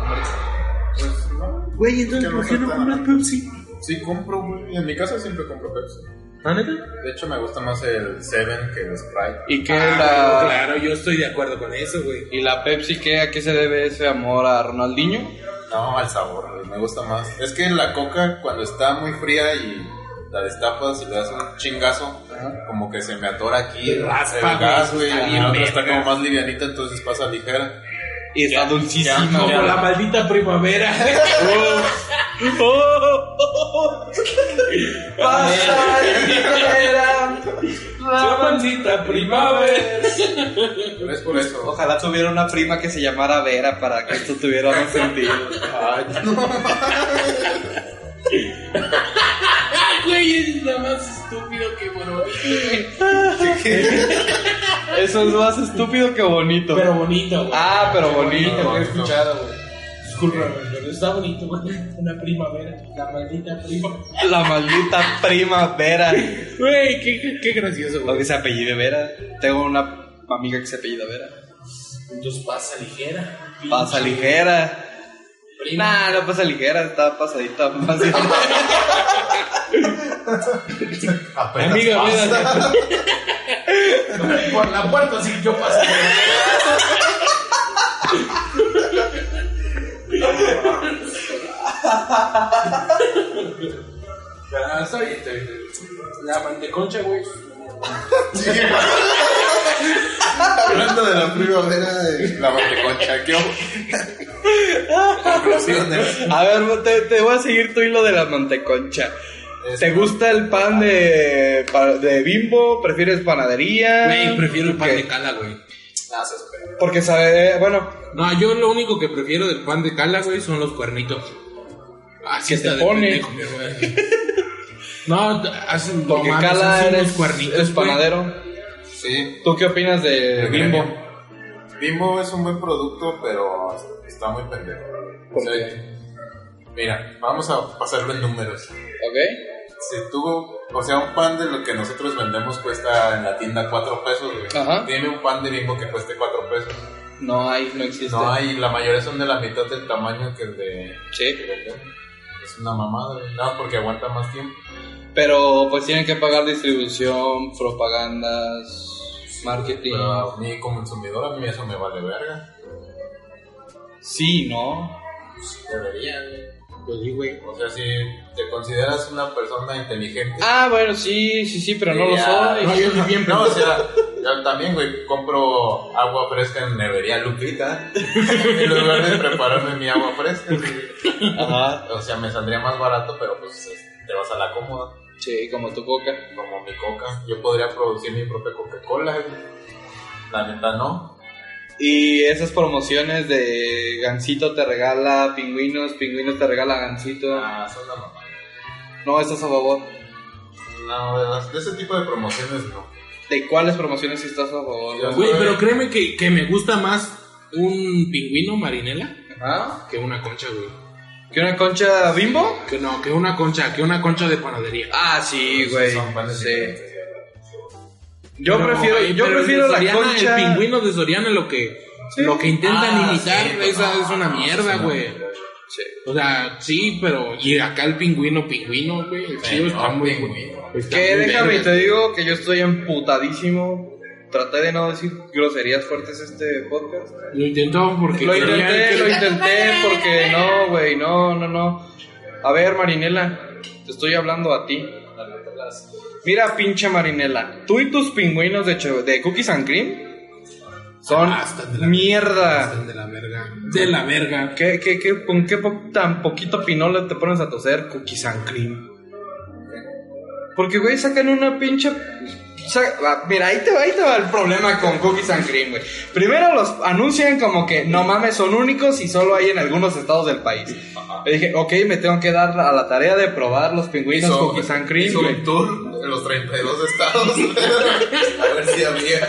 Speaker 2: Güey, entonces, ¿por qué Pues, no compras Pepsi?
Speaker 3: Sí, compro, güey. En mi casa siempre compro Pepsi.
Speaker 2: ¿La neta?
Speaker 3: De hecho, me gusta más el Seven que el Sprite.
Speaker 1: ¿Y que
Speaker 2: Ah,
Speaker 1: la,
Speaker 2: Claro, yo estoy de acuerdo con eso, güey.
Speaker 1: ¿Y la Pepsi qué? ¿A qué se debe ese amor a Ronaldinho?
Speaker 3: No, al sabor, güey, me gusta más. Es que la coca cuando está muy fría y la destapas y le das un chingazo, como que se me atora aquí
Speaker 2: Te raspa,
Speaker 3: el gas,
Speaker 2: güey,
Speaker 3: güey,
Speaker 2: está
Speaker 3: y
Speaker 2: bien
Speaker 3: la otra está
Speaker 2: verga.
Speaker 3: como más livianita, entonces pasa ligera.
Speaker 1: Y está dulcísima.
Speaker 2: Como
Speaker 1: güey.
Speaker 2: la maldita primavera.
Speaker 1: Pasa de primavera,
Speaker 2: La
Speaker 1: la
Speaker 2: maldita primavera.
Speaker 3: Pero es por eso.
Speaker 1: Ojalá tuviera una prima que se llamara Vera para que esto tuviera más sentido.
Speaker 2: Ay, güey, es lo más estúpido que bueno.
Speaker 1: Eso es más estúpido que bonito.
Speaker 2: Pero bonito, güey.
Speaker 1: ah, pero
Speaker 2: Nunca
Speaker 1: bonito.
Speaker 2: lo he escuchado, güey. Disculpa, güey, pero está bonito, güey. Una primavera, la maldita prima.
Speaker 1: La maldita prima Vera.
Speaker 2: Güey, qué, qué gracioso,
Speaker 1: Lo
Speaker 2: güey.
Speaker 1: que se apellide Vera. Tengo una amiga que se apellida Vera.
Speaker 2: Entonces pasa ligera.
Speaker 1: Pasa
Speaker 2: pinche
Speaker 1: ligera.
Speaker 2: prima.
Speaker 1: Nah, no pasa ligera, está pasadita. pasadita.
Speaker 3: Apenas
Speaker 2: Amiga,
Speaker 3: pasa.
Speaker 2: mira. Por la puerta sí yo paso. Ah, está bien, está bien. La manteconcha, güey.
Speaker 3: Hablando de la primavera de la manteconcha, ¿qué hubo? Conclusiones.
Speaker 1: A ver, te, te voy a seguir tu hilo de la manteconcha. ¿Te gusta el pan de, pa- de bimbo? ¿Prefieres panadería?
Speaker 2: Güey, prefiero el pan
Speaker 1: ¿Por qué?
Speaker 2: de cala, güey.
Speaker 4: Gracias, pero.
Speaker 1: Porque sabe, bueno,
Speaker 2: No, yo lo único que prefiero del pan de cala, güey, son los cuernitos. Así
Speaker 1: Que te
Speaker 2: está de
Speaker 1: pone.
Speaker 2: pendejo, mi güey. No, t- hacen
Speaker 1: porque
Speaker 2: mames,
Speaker 1: Cala
Speaker 2: hacen unos
Speaker 1: eres, eres
Speaker 2: güey.
Speaker 1: panadero.
Speaker 3: Sí.
Speaker 1: ¿Tú qué opinas de
Speaker 3: El
Speaker 1: bimbo?
Speaker 3: gremio. Eh, Bimbo es un buen producto, pero está muy pendejo. O sea, mira, vamos a pasarlo en números.
Speaker 1: ¿Ok?
Speaker 3: Si tú, o sea, un pan de lo que nosotros vendemos cuesta en la tienda 4 pesos, güey.
Speaker 1: Ajá.
Speaker 3: Dime un pan de bimbo que cueste 4 pesos.
Speaker 1: No hay, no existe.
Speaker 3: No, y la mayoría son de la mitad del tamaño que el de.
Speaker 1: Sí.
Speaker 3: Es una mamada, güey. No, porque aguanta más tiempo.
Speaker 1: Pero pues tienen que pagar distribución, propagandas, marketing.
Speaker 3: Pero a mí, como consumidor, a mí eso me vale verga.
Speaker 1: Sí, ¿no?
Speaker 3: Debería, güey.
Speaker 2: Pues sí, güey.
Speaker 3: O sea, si te consideras una persona inteligente.
Speaker 1: Ah, bueno, sí, sí, sí, pero no lo
Speaker 3: ya-
Speaker 1: soy.
Speaker 2: No, yo soy bien
Speaker 3: No, o
Speaker 2: pendejo.
Speaker 3: sea, yo también, güey, compro agua fresca en nevería Lupita. en lugar de prepararme mi agua fresca. güey.
Speaker 1: Ajá.
Speaker 3: O sea, me saldría más barato, pero pues es- te vas a la cómoda.
Speaker 1: Sí, como tu coca.
Speaker 3: Como mi coca. Yo podría producir mi propia Coca-Cola. güey. La neta, no.
Speaker 1: Y esas promociones de Gansito te regala pingüinos, pingüinos te regala Gansito.
Speaker 3: Ah, son la mamá.
Speaker 1: No, estás a favor.
Speaker 3: No, de, las- de ese tipo de promociones no.
Speaker 1: ¿De cuáles promociones sí estás a favor?
Speaker 3: Ya.
Speaker 2: Güey, pero créeme que, que me gusta más un pingüino marinela
Speaker 1: ¿Ah?
Speaker 2: que una concha, güey.
Speaker 1: ¿Que una concha bimbo?
Speaker 2: Que no, que una concha, que una concha de panadería.
Speaker 1: Ah,
Speaker 2: Pues
Speaker 1: sí, güey.
Speaker 3: Son panes
Speaker 1: sí.
Speaker 3: diferentes.
Speaker 1: Yo
Speaker 2: Pero,
Speaker 1: prefiero,
Speaker 2: güey,
Speaker 1: yo
Speaker 2: pero el
Speaker 1: prefiero
Speaker 2: de
Speaker 1: la
Speaker 2: Soriana,
Speaker 1: concha.
Speaker 2: El pingüino de Soriana lo que,
Speaker 1: Sí.
Speaker 2: lo que intentan
Speaker 3: Ah,
Speaker 2: imitar,
Speaker 3: sí, pero
Speaker 2: esa
Speaker 3: no,
Speaker 2: es una
Speaker 3: no,
Speaker 2: mierda,
Speaker 3: es una
Speaker 2: güey.
Speaker 3: mierda.
Speaker 1: Sí.
Speaker 2: O sea, sí, pero. Y acá el pingüino, pingüino, güey. El chido
Speaker 3: no,
Speaker 2: está muy.
Speaker 3: pingüino.
Speaker 2: está
Speaker 1: Que
Speaker 2: muy
Speaker 1: déjame,
Speaker 2: verga.
Speaker 1: te digo que yo estoy emputadísimo. Traté de no decir groserías fuertes este podcast.
Speaker 2: Lo intentó porque.
Speaker 1: Lo
Speaker 2: querían
Speaker 1: intenté,
Speaker 2: que-
Speaker 1: lo intenté porque no, güey, no, no, no. A ver, Marinela, te estoy hablando a ti. Mira, pinche Marinela, tú y tus pingüinos de, che- de Cookies and Cream son
Speaker 2: Ah, están de la-
Speaker 1: mierda.
Speaker 2: Están de la verga. De la verga.
Speaker 1: ¿Qué, qué, qué, ¿Con qué po- tan poquito pinole te pones a toser Cookies and Cream? Porque, güey, sacan una pinche... sa- ah, Mira, ahí te, va, ahí te va el problema con Cookies and Cream, güey. Primero los anuncian como que no mames, son únicos y solo hay en algunos estados del país. Le dije, ok, me tengo que dar a la tarea de probar los pingüinos
Speaker 3: Hizo-
Speaker 1: Cookies and Cream,
Speaker 3: hizo
Speaker 1: güey.
Speaker 3: un tour de los 32 estados. a ver si había.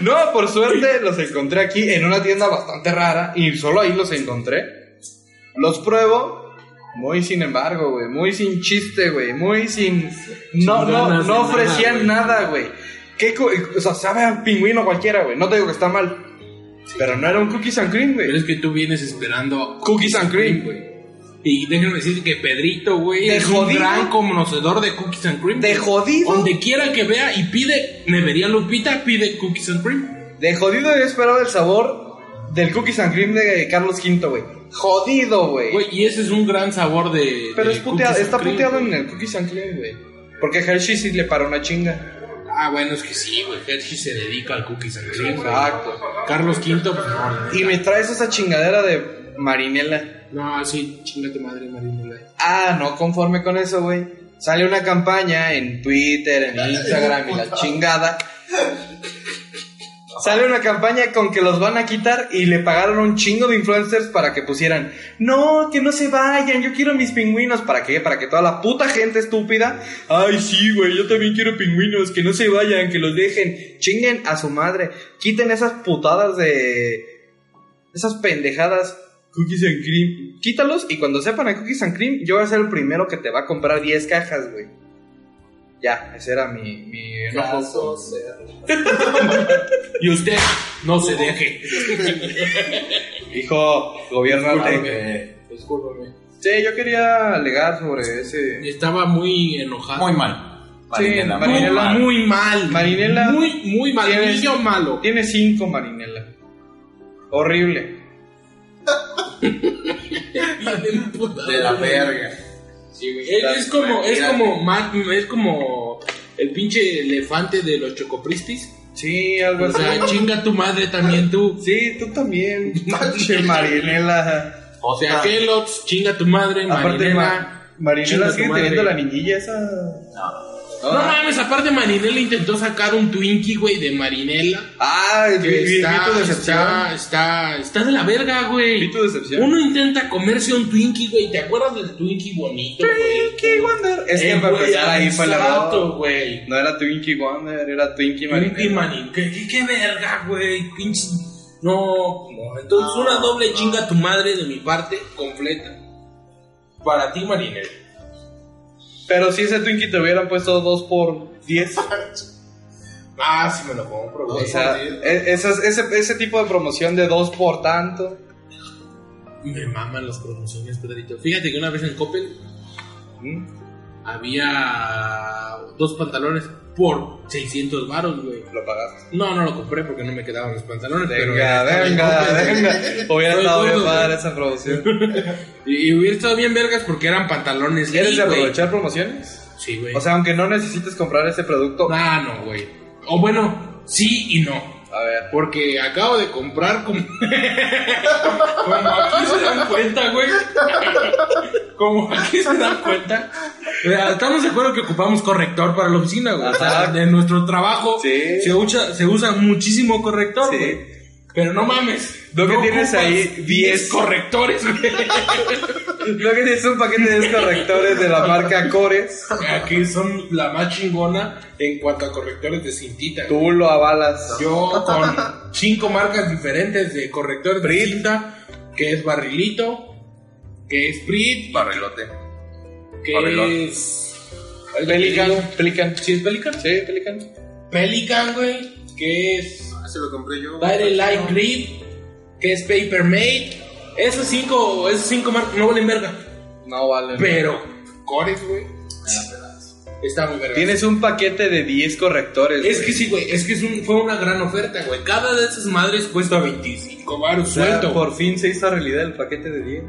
Speaker 1: No, por suerte los encontré aquí en una tienda bastante rara y solo ahí los encontré. Los pruebo. Muy sin embargo, güey. Muy sin chiste, güey. Muy sin... No, no,
Speaker 2: ganas de
Speaker 1: no ofrecían
Speaker 2: nada,
Speaker 1: nada, güey. ¿Qué co- O sea, sabe a pingüino cualquiera, güey. No te digo que está mal. Pero no era un cookies and cream,
Speaker 2: Pero
Speaker 1: güey.
Speaker 2: es que tú vienes esperando.
Speaker 1: Cookies and cream,
Speaker 2: güey. Y déjenme decir que Pedrito, güey,
Speaker 1: De
Speaker 2: es un
Speaker 1: jodido.
Speaker 2: gran conocedor de cookies and cream.
Speaker 1: De
Speaker 2: güey.
Speaker 1: jodido.
Speaker 2: Donde quiera que vea y pide, nevería Lupita, pide cookies and cream.
Speaker 1: De jodido yo esperaba el sabor del cookies and cream de Carlos V, güey. Jodido, güey.
Speaker 2: Güey, y ese es un gran sabor de.
Speaker 1: Pero
Speaker 2: de
Speaker 1: es puteado,
Speaker 2: cookies and
Speaker 1: está
Speaker 2: cream,
Speaker 1: puteado
Speaker 2: güey.
Speaker 1: en el cookies and cream, güey. Porque Hershey sí le paró una chinga.
Speaker 2: Ah, bueno, es que sí, güey. Hershey se dedica al cookies and cream. güey.
Speaker 1: Exacto.
Speaker 2: Carlos V, pues no.
Speaker 1: Y me traes esa chingadera de marinela.
Speaker 2: No, sí, chingate madre, Marinela.
Speaker 1: Ah, no conforme con eso, güey. Sale una campaña en Twitter, en Instagram y la chingada. Sale una campaña con que los van a quitar y le pagaron un chingo de influencers para que pusieran, no, que no se vayan, yo quiero mis pingüinos. ¿Para qué? Para que toda la puta gente estúpida, ay, sí, güey, yo también quiero pingüinos, que no se vayan, que los dejen, chinguen a su madre, quiten esas putadas de... esas pendejadas. Cookies and cream. Quítalos y cuando sepan a cookies and cream, yo voy a ser el primero que te va a comprar 10 cajas, güey. Ya, ese era mi, mi enojo.
Speaker 4: Caso sea.
Speaker 2: Y usted no se deje.
Speaker 1: Hijo, gobiernante.
Speaker 4: Discúlpame.
Speaker 1: Sí, yo quería alegar sobre ese.
Speaker 2: Estaba muy enojado.
Speaker 3: Muy mal. Marinela, muy
Speaker 1: Marinela,
Speaker 3: mal.
Speaker 2: muy mal.
Speaker 1: Marinela.
Speaker 2: Muy, muy mal.
Speaker 1: Tienes-
Speaker 2: Niño malo.
Speaker 1: Tiene cinco, Marinela. Horrible.
Speaker 3: De la verga.
Speaker 2: Es, es como, es como, ma- es como el pinche elefante de los chocopristis
Speaker 1: Pues Sí, algo
Speaker 2: O
Speaker 1: así.
Speaker 2: sea, chinga tu madre también tú.
Speaker 1: Sí, tú también. Pinche Marinela.
Speaker 2: O
Speaker 3: Ah,
Speaker 2: sea, Kellogg's, chinga tu madre,
Speaker 1: Aparte,
Speaker 2: Marinela.
Speaker 1: Ma- Marinela
Speaker 2: Chinga
Speaker 1: sigue
Speaker 2: tu madre.
Speaker 1: teniendo la niñilla esa.
Speaker 2: No
Speaker 1: Ah.
Speaker 2: mames, aparte Marinela intentó sacar un Twinkie, güey, de Marinela.
Speaker 1: Ah, vi,
Speaker 2: Que
Speaker 1: vi- vi
Speaker 2: está,
Speaker 1: tu decepción.
Speaker 2: está, está, está de la verga,
Speaker 1: Vi
Speaker 2: güey.
Speaker 1: tu decepción.
Speaker 2: Uno intenta comerse un Twinkie, güey. ¿Te acuerdas del Twinkie bonito, güey?
Speaker 1: Twinkie Wonder. Es que
Speaker 2: Eh,
Speaker 1: para
Speaker 2: güey,
Speaker 1: empezar ahí fue la
Speaker 2: Exacto, güey.
Speaker 1: No era Twinkie Wonder, era Twinkie
Speaker 2: Twinkie
Speaker 1: Marinela.
Speaker 2: Manin. ¿Qué, qué, qué verga, güey? Pinche. No, no. Entonces, una doble chinga a tu madre de mi parte, completa. Para ti, Marinela.
Speaker 1: Pero si ese Twinkie te hubieran puesto 2 por 10.
Speaker 2: Ah, sí me lo compro,
Speaker 1: O
Speaker 2: güey.
Speaker 1: sea, e- esas- ese, ese tipo de promoción de 2 por tanto.
Speaker 2: Me maman las promociones, Pedrito. Fíjate que una vez en Coppel
Speaker 1: ¿Mm?
Speaker 2: había dos pantalones por 600 varos, güey.
Speaker 1: Lo pagaste.
Speaker 2: No, no lo compré porque no me quedaban los pantalones. pero
Speaker 1: Venga,
Speaker 2: estaba en
Speaker 1: venga,
Speaker 2: Coppel.
Speaker 1: venga. Hubiera
Speaker 2: Soy
Speaker 1: estado bien
Speaker 2: gordo,
Speaker 1: padre
Speaker 2: güey.
Speaker 1: esa promoción.
Speaker 2: Y, y hubiera estado bien vergas porque eran pantalones.
Speaker 1: ¿Quieres
Speaker 2: Lee, güey.
Speaker 1: aprovechar promociones?
Speaker 2: Sí, güey.
Speaker 1: O sea, aunque no necesites comprar ese producto.
Speaker 2: Ah, no, güey. O bueno, sí y no.
Speaker 1: A ver.
Speaker 2: Porque acabo de comprar como. como aquí se dan cuenta, güey. Como aquí se dan cuenta. Eh, Estamos de acuerdo que ocupamos corrector para la oficina, güey. O sea,
Speaker 1: Ajá.
Speaker 2: en nuestro trabajo
Speaker 1: Sí.
Speaker 2: se, usa, se usa muchísimo corrector,
Speaker 1: Sí.
Speaker 2: güey. Pero no mames.
Speaker 1: Lo que tienes
Speaker 2: ocupas
Speaker 1: ahí,
Speaker 2: 10 correctores, güey.
Speaker 1: Lo que tienes un paquete de correctores de la marca Cores.
Speaker 2: Aquí son la más chingona en cuanto a correctores de cintita. güey.
Speaker 1: Tú lo avalas.
Speaker 2: Yo con cinco marcas diferentes de corrector de
Speaker 1: Brit.
Speaker 2: tinta, que es barrilito, que es Brit,
Speaker 1: Barrilote.
Speaker 2: que
Speaker 1: Barrilón.
Speaker 2: es
Speaker 1: Pelican. Pelican.
Speaker 2: ¿Sí es Pelican?
Speaker 1: Sí, Pelican.
Speaker 2: Pelican, güey, que es
Speaker 3: Ah, se lo compré yo.
Speaker 2: Dire Light Grip, que es Paper Mate. Esos cinco, esos cinco marcas no valen verga,
Speaker 1: No vale.
Speaker 2: pero Cores, güey, está muy verga.
Speaker 1: Tienes un paquete de 10 correctores.
Speaker 2: Es
Speaker 1: güey.
Speaker 2: que sí, güey, es que es un- fue una gran oferta, güey. Cada de esas madres cuesta 25 baros
Speaker 1: O sea,
Speaker 2: suelto. güey.
Speaker 1: por fin se hizo realidad el paquete de 10.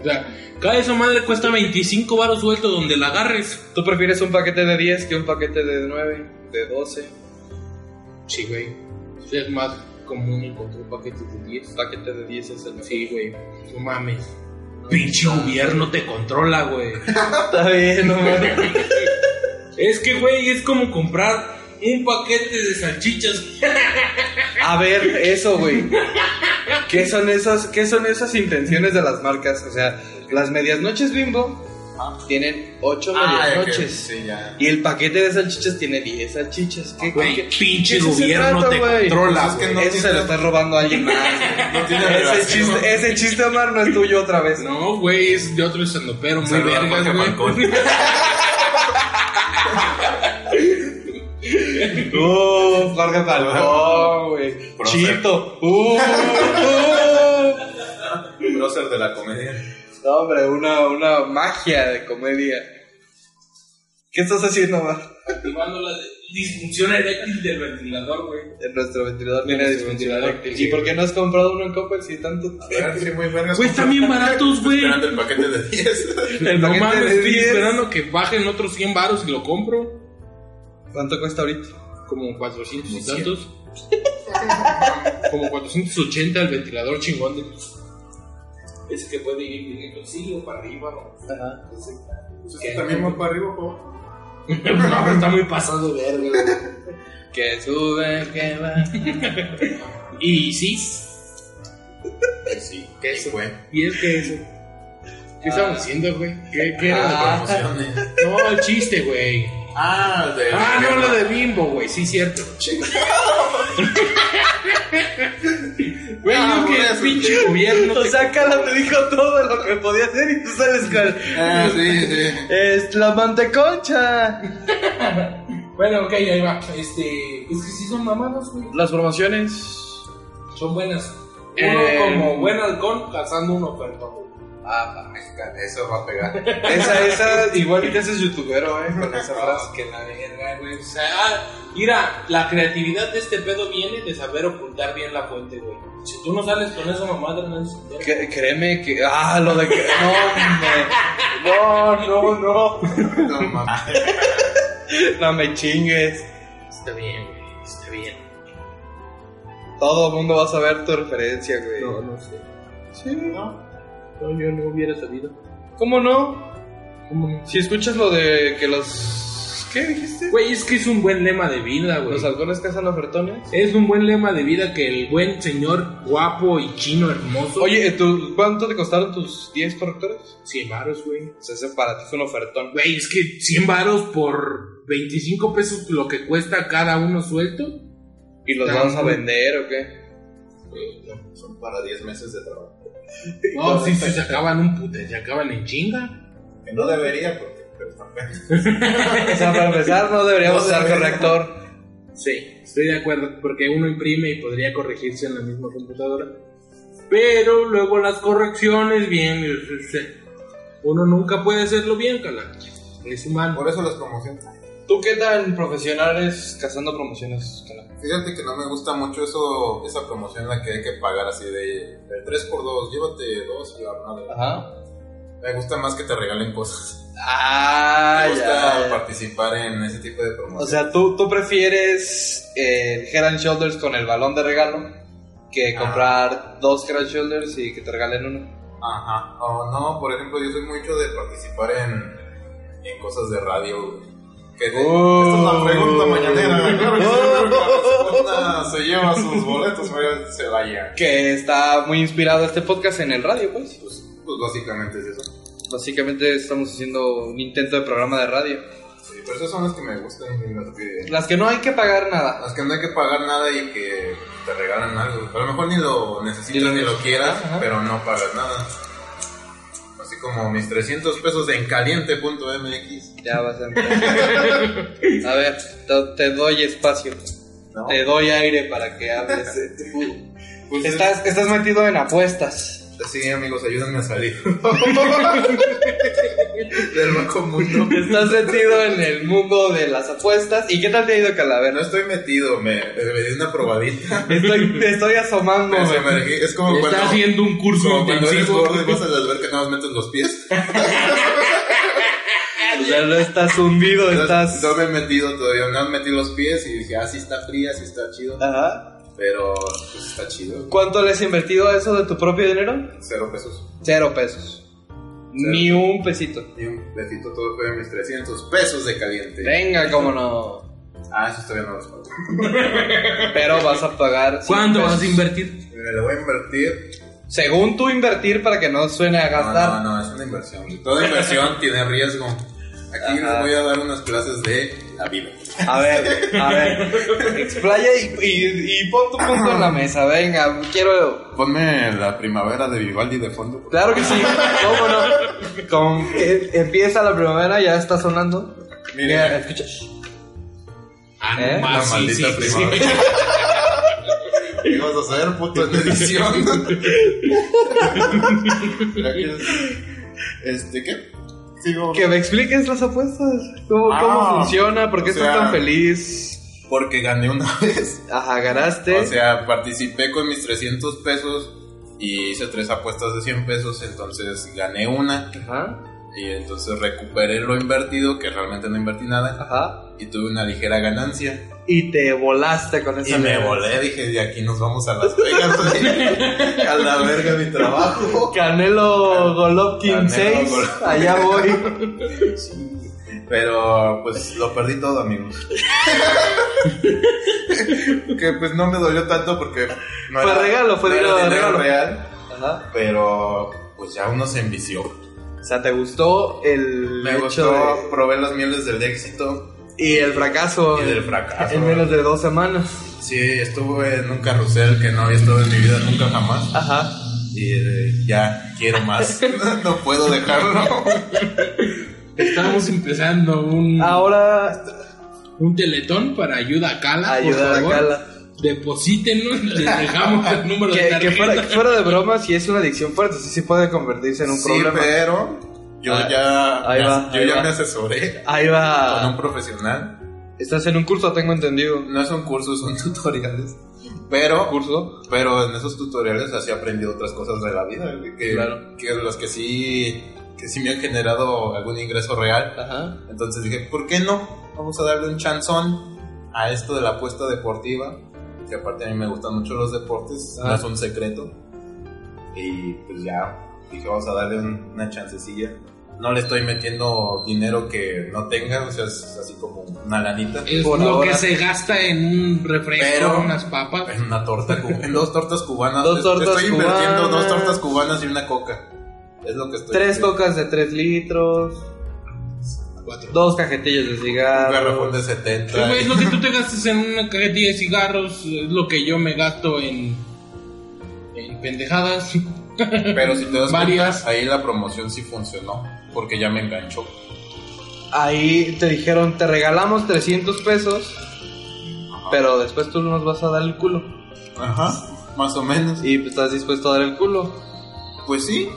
Speaker 2: O sea, cada esa madre cuesta 25 baros suelto donde la agarres.
Speaker 1: ¿Tú prefieres un paquete de 10 que un paquete de 9, de 12?
Speaker 2: Sí, güey. Es más común encontrar paquetes de 10.
Speaker 1: Paquete de 10 es el mejor.
Speaker 2: Sí, güey. No mames. Pinche gobierno te controla, güey.
Speaker 1: Está bien, no mames.
Speaker 2: es que, güey, es como comprar un paquete de salchichas.
Speaker 1: A ver, eso, güey. ¿Qué son esas, qué son esas intenciones de las marcas? O sea, las medias noches Bimbo tienen 8
Speaker 3: Ah,
Speaker 1: medias
Speaker 3: ya
Speaker 1: noches.
Speaker 3: que- sí, ya.
Speaker 1: Y el paquete de salchichas tiene 10 salchichas. ¿Qué,
Speaker 2: Güey,
Speaker 1: qué-
Speaker 2: pinche
Speaker 1: qué se
Speaker 2: gobierno
Speaker 1: trata,
Speaker 2: te
Speaker 1: güey?
Speaker 2: controla,
Speaker 3: Pues es que
Speaker 2: güey.
Speaker 3: no
Speaker 1: Eso se
Speaker 3: tiene-
Speaker 1: lo está robando a alguien más. güey.
Speaker 3: No tiene
Speaker 1: ese,
Speaker 3: relación.
Speaker 1: chiste, ese chiste, Omar, no es tuyo otra vez.
Speaker 2: No, güey, es de otro estandopero muy
Speaker 3: Saluda a
Speaker 2: vergas,
Speaker 3: Jorge
Speaker 2: güey.
Speaker 3: Falcón.
Speaker 1: Uh, Jorge Falcón, güey.
Speaker 3: Profe.
Speaker 1: Chito. Uh, uh.
Speaker 3: Prócer de la comedia.
Speaker 1: No, hombre, una, una magia de comedia. ¿Qué estás haciendo, Omar?
Speaker 2: Activando la disfunción eréctil del ventilador, güey.
Speaker 1: En nuestro ventilador viene disfuncional
Speaker 2: ventilador,
Speaker 1: eréctil.
Speaker 2: sí,
Speaker 1: ¿Y por qué no has comprado uno en Coppel si tanto?
Speaker 3: Verga, sí, muy vergas.
Speaker 2: Güey, están bien baratos, güey.
Speaker 3: Esperando el paquete de 10.
Speaker 1: El
Speaker 2: no
Speaker 1: paquete
Speaker 2: mames,
Speaker 1: de
Speaker 2: estoy
Speaker 1: 10.
Speaker 2: esperando que bajen otros 100 baros y lo compro.
Speaker 1: ¿Cuánto cuesta ahorita?
Speaker 2: Como 400 y tantos. como 480 el ventilador chingón de. Ese que puede ir de bolsillo para arriba, ¿no?
Speaker 1: Ajá.
Speaker 2: ¿Qué?
Speaker 3: También más para arriba, po.
Speaker 2: No, está muy pasado verga. güey.
Speaker 1: Que sube, que va.
Speaker 2: Y sí,
Speaker 3: Sí, qué es, güey.
Speaker 2: y es que eso. Ah. ¿Qué estamos haciendo, güey? ¿Qué, qué era la
Speaker 1: Ah.
Speaker 3: Promociones.
Speaker 2: promoción? No, el chiste, güey.
Speaker 3: Ah, de.
Speaker 2: Ah, no, lo de Bimbo, güey, sí, cierto. Güey, yo
Speaker 3: Ah,
Speaker 2: que
Speaker 3: por
Speaker 2: el
Speaker 3: eso.
Speaker 2: pinche gobierno.
Speaker 1: O sea, Carla me dijo todo lo que podía hacer y tú sales con...
Speaker 3: Ah, sí, sí.
Speaker 1: Es la manteconcha.
Speaker 4: Bueno, ok, ahí va. Este, es que sí son mamadas, güey.
Speaker 1: Las promociones.
Speaker 4: Son buenas. Uno
Speaker 1: Eh,
Speaker 4: como buen halcón cazando un ofertón. güey.
Speaker 3: Ah, mezcla, eso va a pegar.
Speaker 1: Esa, esa, igual y te haces youtubero, eh, con esa frase.
Speaker 4: Que la verga, güey. O sea, ah, mira, la creatividad de este pedo viene de saber ocultar bien la fuente, güey. Si tú no sales con esa mamada, no se entera.
Speaker 1: Que- créeme que. Ah, lo de que. No, hombre. No, no, no.
Speaker 3: No mames.
Speaker 1: No me chingues.
Speaker 2: Está bien, güey. Está bien.
Speaker 1: Todo el mundo va a saber tu referencia, güey.
Speaker 2: No, no sé.
Speaker 1: Sí.
Speaker 2: No, yo no hubiera sabido.
Speaker 1: ¿Cómo no?
Speaker 2: ¿Cómo no?
Speaker 1: Si escuchas lo de que los... ¿Qué dijiste?
Speaker 2: Güey, es que es un buen lema de vida, güey.
Speaker 1: Los halcones cazan ofertones.
Speaker 2: Es un buen lema de vida que el buen señor guapo y chino hermoso.
Speaker 1: Oye, ¿tú- ¿cuánto te costaron tus 10 correctores?
Speaker 2: 100 varos, güey.
Speaker 1: O sea, ese para ti es un ofertón.
Speaker 2: Güey, es que 100 varos por 25 pesos lo que cuesta cada uno suelto.
Speaker 1: ¿Y los
Speaker 2: Claro.
Speaker 1: vamos a vender o qué?
Speaker 3: Son para 10 meses de trabajo.
Speaker 2: No, sí, sí, se acaban un puta, se acaban en chinga.
Speaker 3: Que no debería, porque. Pero está feo.
Speaker 1: O sea, para empezar, no deberíamos
Speaker 3: No
Speaker 1: usar
Speaker 3: debería.
Speaker 1: corrector.
Speaker 2: Sí, estoy de acuerdo, porque uno imprime y podría corregirse en la misma computadora. Pero luego las correcciones, bien, uno nunca puede hacerlo bien, cala. Es humano.
Speaker 3: Por eso las promociones.
Speaker 1: ¿Tú qué tan profesional es cazando promociones, canal?
Speaker 3: Fíjate que no me gusta mucho eso, esa promoción en la que hay que pagar así de, 3x2, llévate dos y la madre.
Speaker 1: Ajá.
Speaker 3: Me gusta más que te regalen cosas.
Speaker 1: Ah,
Speaker 3: me gusta
Speaker 1: ya, ya.
Speaker 3: participar en ese tipo de
Speaker 1: O
Speaker 3: promociones.
Speaker 1: sea, ¿tú, tú prefieres eh, Head and Shoulders con el balón de regalo que
Speaker 3: Ah.
Speaker 1: comprar dos Head and Shoulders y que te regalen uno?
Speaker 3: Ajá. O no, por ejemplo, yo soy mucho de participar en, en cosas de radio. güey. Que te- Esta es la pregunta mañanera. güey. Claro que sí, claro que la persona se lleva sus boletos, güey, se vaya.
Speaker 1: Que está muy inspirado este podcast en el radio, pues.
Speaker 3: Pues, pues básicamente es eso.
Speaker 1: Básicamente estamos haciendo un intento de programa de radio.
Speaker 3: Sí, pero esas son las que me gustan y las que...
Speaker 1: Las que no hay que pagar nada.
Speaker 3: Las que no hay que pagar nada y que te regalan algo. A lo mejor ni lo necesitas
Speaker 1: Ni lo
Speaker 3: ni lo
Speaker 1: necesitas,
Speaker 3: quieras,
Speaker 1: ajá.
Speaker 3: pero no pagas nada. Así como mis 300 pesos en caliente.mx.
Speaker 1: Ya vas a empezar. A ver, te, te doy espacio.
Speaker 3: ¿no? Pues
Speaker 1: Te doy aire para que hables. estás, estás metido en apuestas.
Speaker 3: Sí, amigos, ayúdenme a salir. Del banco mundo.
Speaker 1: Estás metido en el mundo de las apuestas. ¿Y qué tal te ha ido,
Speaker 3: No
Speaker 1: Calavera?
Speaker 3: estoy metido, me, me di una probadita.
Speaker 1: Estoy, te estoy asomando.
Speaker 3: Me
Speaker 1: güey.
Speaker 3: sumergí. Es como
Speaker 2: Está
Speaker 3: cuando,
Speaker 2: haciendo un curso
Speaker 3: como cuando eres
Speaker 2: intensivo.
Speaker 3: gordo y vas a las ver que nada más metes los pies.
Speaker 1: O sea, no estás hundido, estás.
Speaker 3: No, no me he metido todavía, nada más metí los pies y dije, ah, sí está fría, sí está chido.
Speaker 1: Ajá.
Speaker 3: Pero pues está chido.
Speaker 1: ¿Cuánto le has invertido a eso de tu propio dinero?
Speaker 3: Cero pesos.
Speaker 1: Cero pesos. Ni un pesito.
Speaker 3: Y un besito todo fue de mis 300 pesos de caliente.
Speaker 1: Venga, cómo no.
Speaker 3: Ah, eso todavía no los pago.
Speaker 1: Pero vas a pagar. cien
Speaker 2: ¿Cuándo vas
Speaker 1: pesos.
Speaker 2: a invertir?
Speaker 3: Me lo voy a invertir.
Speaker 1: Según tú invertir para que no suene a
Speaker 3: No,
Speaker 1: gastar.
Speaker 3: no, no, es una inversión. Toda inversión tiene riesgo. Aquí
Speaker 1: Ajá.
Speaker 3: les voy a dar unas clases de la vida.
Speaker 1: A ver, a ver. Explaya y, y- y pon tu punto en la mesa. Venga, quiero.
Speaker 3: Ponme la primavera de Vivaldi de fondo. por
Speaker 1: Claro que sí, cómo no. Con que empieza la primavera, ya está sonando.
Speaker 3: favor.
Speaker 1: Mira,
Speaker 3: Mira,
Speaker 1: escucha.
Speaker 2: Ah,
Speaker 1: ¿Eh?
Speaker 2: no más,
Speaker 3: La
Speaker 2: sí, sí,
Speaker 3: maldita
Speaker 2: sí.
Speaker 3: primavera. ¿qué vas a hacer, puto, en edición? Mira, ¿qué- este, ¿qué? Sigo.
Speaker 1: Que me expliques las apuestas. ¿Cómo,
Speaker 3: Ah,
Speaker 1: cómo funciona? ¿Por qué
Speaker 3: o
Speaker 1: estás
Speaker 3: sea-
Speaker 1: tan feliz?
Speaker 3: Porque gané una vez.
Speaker 1: Ajá, ganaste.
Speaker 3: O sea, participé con mis 300 pesos y hice tres apuestas de 100 pesos, entonces gané una
Speaker 1: Ajá,
Speaker 3: y entonces recuperé lo invertido, que realmente no invertí nada,
Speaker 1: ajá.
Speaker 3: y tuve una ligera ganancia.
Speaker 1: Y te volaste con
Speaker 3: Y
Speaker 1: esa.
Speaker 3: me
Speaker 1: mierda.
Speaker 3: volé, dije, de aquí nos vamos a Las Vegas, güey. a la verga mi trabajo.
Speaker 1: Canelo Golovkin
Speaker 3: Canelo
Speaker 1: 6.
Speaker 3: Golovkin.
Speaker 1: Allá voy.
Speaker 3: Pero pues lo perdí todo, amigos. que pues no me dolió tanto porque no
Speaker 1: Fue regalo, fue
Speaker 3: no era
Speaker 1: dinero de regalo.
Speaker 3: real,
Speaker 1: Ajá.
Speaker 3: pero pues ya uno se envició.
Speaker 1: O sea, ¿te gustó el
Speaker 3: Me
Speaker 1: hecho
Speaker 3: gustó,
Speaker 1: de-
Speaker 3: probé las mieles del éxito
Speaker 1: y el fracaso
Speaker 3: y del fracaso.
Speaker 1: en menos de dos semanas?
Speaker 3: Sí, estuve en un carrusel que no había estado en mi vida nunca jamás.
Speaker 1: Ajá.
Speaker 3: Y eh, ya quiero más. no puedo dejarlo.
Speaker 2: Estamos empezando un,
Speaker 1: Ah, oh. Ahora
Speaker 2: un teletón para ayuda a
Speaker 3: Ah,
Speaker 2: Cala. por
Speaker 1: ayuda a
Speaker 2: favor.
Speaker 1: Cala.
Speaker 2: Deposítenos, les dejamos el número de
Speaker 1: Que, que
Speaker 2: tarjeta.
Speaker 1: fuera, que fuera de broma, si es una adicción fuerte, sí, sí puede convertirse en un
Speaker 3: sí,
Speaker 1: problema.
Speaker 3: pero yo
Speaker 1: Ah,
Speaker 3: ya,
Speaker 1: ahí
Speaker 3: me,
Speaker 1: va,
Speaker 3: yo
Speaker 1: ahí
Speaker 3: ya
Speaker 1: va. Ah.
Speaker 3: me asesoré
Speaker 1: Ahí
Speaker 3: con un
Speaker 1: va.
Speaker 3: profesional.
Speaker 1: Estás en un curso, tengo entendido. ¿Un
Speaker 3: No son cursos, son tutoriales. Pero,
Speaker 1: curso?
Speaker 3: pero en esos tutoriales así aprendí otras cosas de la vida. Que,
Speaker 1: Claro.
Speaker 3: que los que sí, que sí me han generado algún ingreso real.
Speaker 1: Ajá.
Speaker 3: Entonces dije, ¿por qué no? Vamos a darle un chanzón. a esto de la apuesta deportiva, que aparte a mí me gustan mucho los deportes,
Speaker 1: Ah.
Speaker 3: no es un secreto. Y pues ya dije, vamos a darle un- una chancecilla. No le estoy metiendo dinero que no tenga, o sea, es así como una lanita.
Speaker 2: Es
Speaker 1: Por
Speaker 2: lo
Speaker 1: ahora-
Speaker 2: que se gasta en un refresco,
Speaker 3: Pero-
Speaker 2: unas papas.
Speaker 3: En una torta, cu- en dos tortas cubanas.
Speaker 1: Dos
Speaker 3: Te-
Speaker 1: tortas
Speaker 3: estoy invirtiendo en dos
Speaker 1: cubanas.
Speaker 3: tortas cubanas y una coca. Es lo que estoy
Speaker 1: Tres
Speaker 3: haciendo.
Speaker 1: cocas de 3 litros,
Speaker 2: Cuatro.
Speaker 1: dos cajetillas de
Speaker 3: Un
Speaker 1: cigarro.
Speaker 3: garrafón de 70.
Speaker 2: Sí, güey, es lo que tú te gastas en una cajetilla de cigarros, es lo que yo me gasto en, en pendejadas.
Speaker 3: Pero si te das
Speaker 2: Varias.
Speaker 3: cuenta, ahí la promoción sí funcionó, porque ya me enganchó.
Speaker 1: Ahí te dijeron, te regalamos 300 pesos, pero después tú nos vas a dar el culo.
Speaker 3: Ajá, más o menos.
Speaker 1: Y pues, estás dispuesto a dar el culo.
Speaker 3: Pues sí,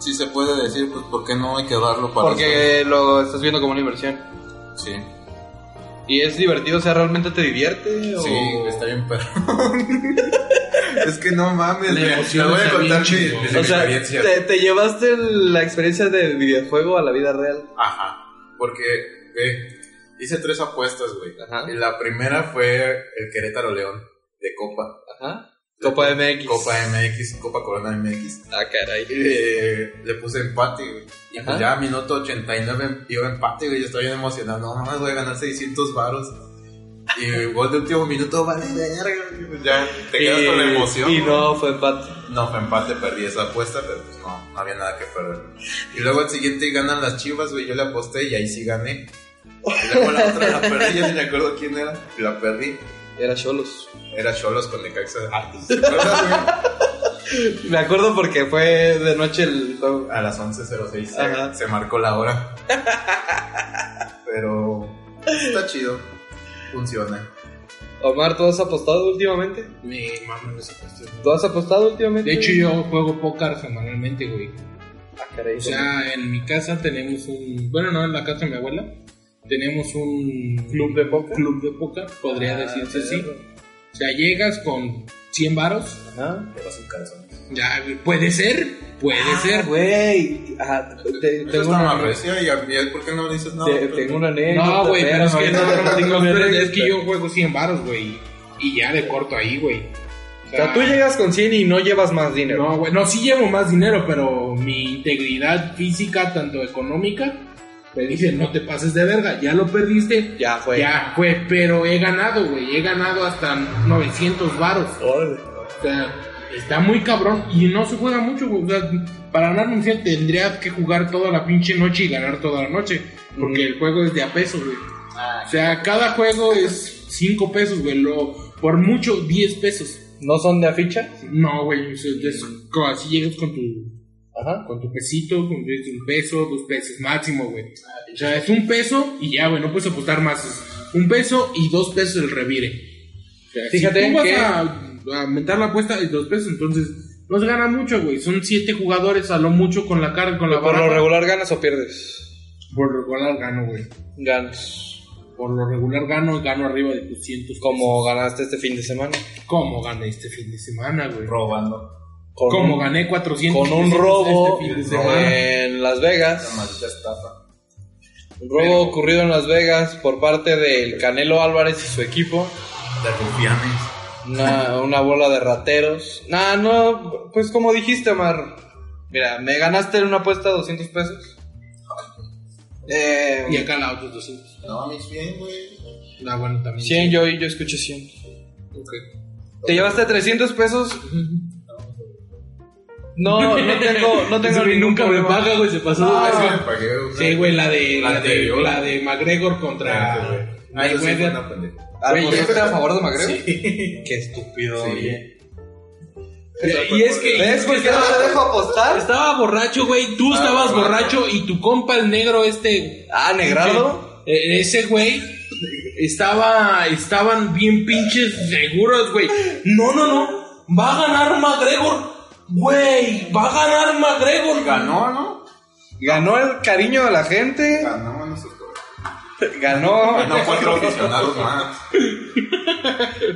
Speaker 3: sí se puede decir, pues ¿por qué no hay que darlo para
Speaker 1: Porque lo estás viendo como una inversión.
Speaker 3: hacer? Sí,
Speaker 1: Y es divertido, o sea, realmente te divierte.
Speaker 3: sí,
Speaker 1: o...
Speaker 3: está bien perro. es que no mames,
Speaker 2: La
Speaker 3: mira,
Speaker 2: emoción
Speaker 3: te voy a
Speaker 2: está
Speaker 3: contar mi,
Speaker 2: bien chingón.
Speaker 3: mis
Speaker 1: O sea,
Speaker 3: experiencias.
Speaker 1: te, te llevaste la experiencia del videojuego a la vida real.
Speaker 3: Ajá, porque eh, hice tres apuestas, güey.
Speaker 1: Ajá.
Speaker 3: Y la primera fue el Querétaro León de Copa.
Speaker 1: Ajá. Copa MX.
Speaker 3: Copa MX, Copa Corona MX.
Speaker 1: Ah, caray.
Speaker 3: Eh, le puse empate, güey. Y pues
Speaker 1: Ajá.
Speaker 3: ya minuto 89 iba empate, güey. Yo estaba bien emocionado. No mames, voy a ganar 600 varos. Y gol de último minuto, vale, verga. güey. Pues ya te quedas
Speaker 1: Y-
Speaker 3: con la emoción.
Speaker 1: Eh, Y
Speaker 3: güey.
Speaker 1: no, fue empate.
Speaker 3: No fue empate, perdí esa apuesta, pero pues no, no había nada que perder. Y luego el siguiente ganan las chivas, güey. Yo le aposté y ahí sí gané. Y luego la otra la perdí, ya ni me acuerdo quién era. La perdí.
Speaker 1: Era Cholos.
Speaker 3: Era Cholos con Necaxa.
Speaker 1: Ah,
Speaker 3: ¿Te acuerdas, güey?
Speaker 1: Me acuerdo porque fue de noche el juego.
Speaker 3: A las 11.06
Speaker 1: Ajá.
Speaker 3: se, se marcó la hora. Pero está chido. Funciona.
Speaker 1: Omar, ¿tú has apostado últimamente?
Speaker 2: Me maman los apuestas.
Speaker 1: ¿Tú has apostado últimamente?
Speaker 2: De hecho, yo juego póker semanalmente, güey.
Speaker 1: Ah, caray.
Speaker 2: O sea, en mi casa tenemos un. Bueno, no, en la casa de mi abuela. Tenemos un.
Speaker 1: ¿Club de póker?
Speaker 2: Club de póker, podría
Speaker 1: Ah,
Speaker 2: decirse así.
Speaker 1: perro.
Speaker 2: O sea, llegas con 100 varos.
Speaker 1: Ajá.
Speaker 3: Llevas un calzón.
Speaker 2: Ya, puede ser, puede ser.
Speaker 1: Ah, güey. Ah, te- te-
Speaker 3: Eso
Speaker 1: tengo
Speaker 3: está
Speaker 1: una
Speaker 3: más recio, y a mí, ¿por qué no le dices nada?
Speaker 1: te- tengo una anécdota.
Speaker 2: No, güey, pero es que no,
Speaker 1: ahorita te platico mi
Speaker 2: pero es
Speaker 1: anécdota.
Speaker 2: que yo juego 100 varos, güey. Y ya le corto ahí, güey. O
Speaker 1: O sea, tú llegas con 100 y no llevas más dinero.
Speaker 2: No, güey, no, sí llevo más dinero, pero mi integridad física, tanto económica, me dice, no te pases de verga, ya lo perdiste,
Speaker 1: Ya fue.
Speaker 2: ya fue, pero he ganado, güey, he ganado hasta 900 varos.
Speaker 1: Órale.
Speaker 2: O sea, está muy cabrón y no se juega mucho, güey. O sea, para ganar un set tendrías que jugar toda la pinche noche y ganar toda la noche. Porque el juego es de a pesos, güey. O sea, cada juego es 5 pesos, güey. lo- Por mucho, 10 pesos.
Speaker 1: ¿No son de aficha?
Speaker 2: No, güey. o sea, es como así llegas con tu,
Speaker 1: Ajá.
Speaker 2: con tu pesito, con es un peso, dos pesos máximo, güey. O sea, es un peso y ya, güey. No puedes apostar más. Es un peso y dos pesos el revire. O sea,
Speaker 1: Fíjate
Speaker 2: si tú vas
Speaker 1: que-
Speaker 2: a, a aumentar la apuesta de dos pesos, entonces no se gana mucho, güey. Son siete jugadores a lo mucho con la carga, con la
Speaker 1: ¿Por
Speaker 2: barata.
Speaker 1: lo regular ganas o pierdes?
Speaker 2: Por lo regular gano, güey.
Speaker 1: Ganas.
Speaker 2: Por lo regular gano, gano arriba de 200.
Speaker 1: Como ganaste este fin de semana.
Speaker 2: ¿Cómo gané este fin de semana, güey?
Speaker 3: Robando.
Speaker 1: Con
Speaker 2: Como
Speaker 1: un-
Speaker 2: gané 400.
Speaker 1: Con un
Speaker 2: pesos
Speaker 1: robo
Speaker 2: este fin de semana.
Speaker 1: en Las
Speaker 3: La
Speaker 1: Vegas.
Speaker 3: maldita estafa.
Speaker 1: Un robo ocurrido en Las Vegas por parte del Canelo Álvarez y su equipo.
Speaker 3: De rufianes.
Speaker 1: Una, una bola de rateros. Nah, no, pues como dijiste, Omar. Mira, me ganaste en una apuesta 200 pesos.
Speaker 2: Y
Speaker 1: Eh,
Speaker 2: acá la otra 200.
Speaker 3: No, mis bien, güey.
Speaker 2: Ah, bueno, también.
Speaker 1: 100, yo, yo escuché 100.
Speaker 2: Ok.
Speaker 1: ¿Te llevaste 300 pesos? No, no tengo, no tengo
Speaker 2: Ese güey
Speaker 1: ningún
Speaker 2: nunca
Speaker 1: problema.
Speaker 2: me paga, güey, se pasó.
Speaker 3: Ah,
Speaker 2: de
Speaker 3: sí,
Speaker 2: verga.
Speaker 3: me pagué una.
Speaker 2: Sí, güey, la de la,
Speaker 3: La
Speaker 2: de
Speaker 3: anterior.
Speaker 2: la de McGregor
Speaker 3: Ah, güey.
Speaker 2: contra
Speaker 3: Ah, eso sí fue
Speaker 2: Mayweather.
Speaker 3: una pendeja.
Speaker 1: ¿Al
Speaker 2: Güey,
Speaker 1: Monroe
Speaker 2: yo-
Speaker 1: era a favor de Magreb?
Speaker 3: Sí.
Speaker 1: Qué estúpido,
Speaker 3: Sí.
Speaker 1: oye.
Speaker 2: Eh, Y- y es que
Speaker 1: ¿Ves por qué no
Speaker 2: estaba,
Speaker 1: te dejo apostar?
Speaker 2: estaba borracho, güey. Tú
Speaker 3: Ah,
Speaker 2: estabas
Speaker 3: ah,
Speaker 2: borracho y tu compa el negro este
Speaker 1: Ah, Negrardo.
Speaker 2: Eh, ese güey estaba estaban bien pinches seguros, güey. No, no, no. Va a ganar McGregor. Güey, va a ganar McGregor.
Speaker 3: Ganó, ¿no?
Speaker 1: Ganó el cariño de la gente.
Speaker 3: Ganó, Ah, no sé.
Speaker 1: Ganó.
Speaker 3: Ganó cuatro aficionados más.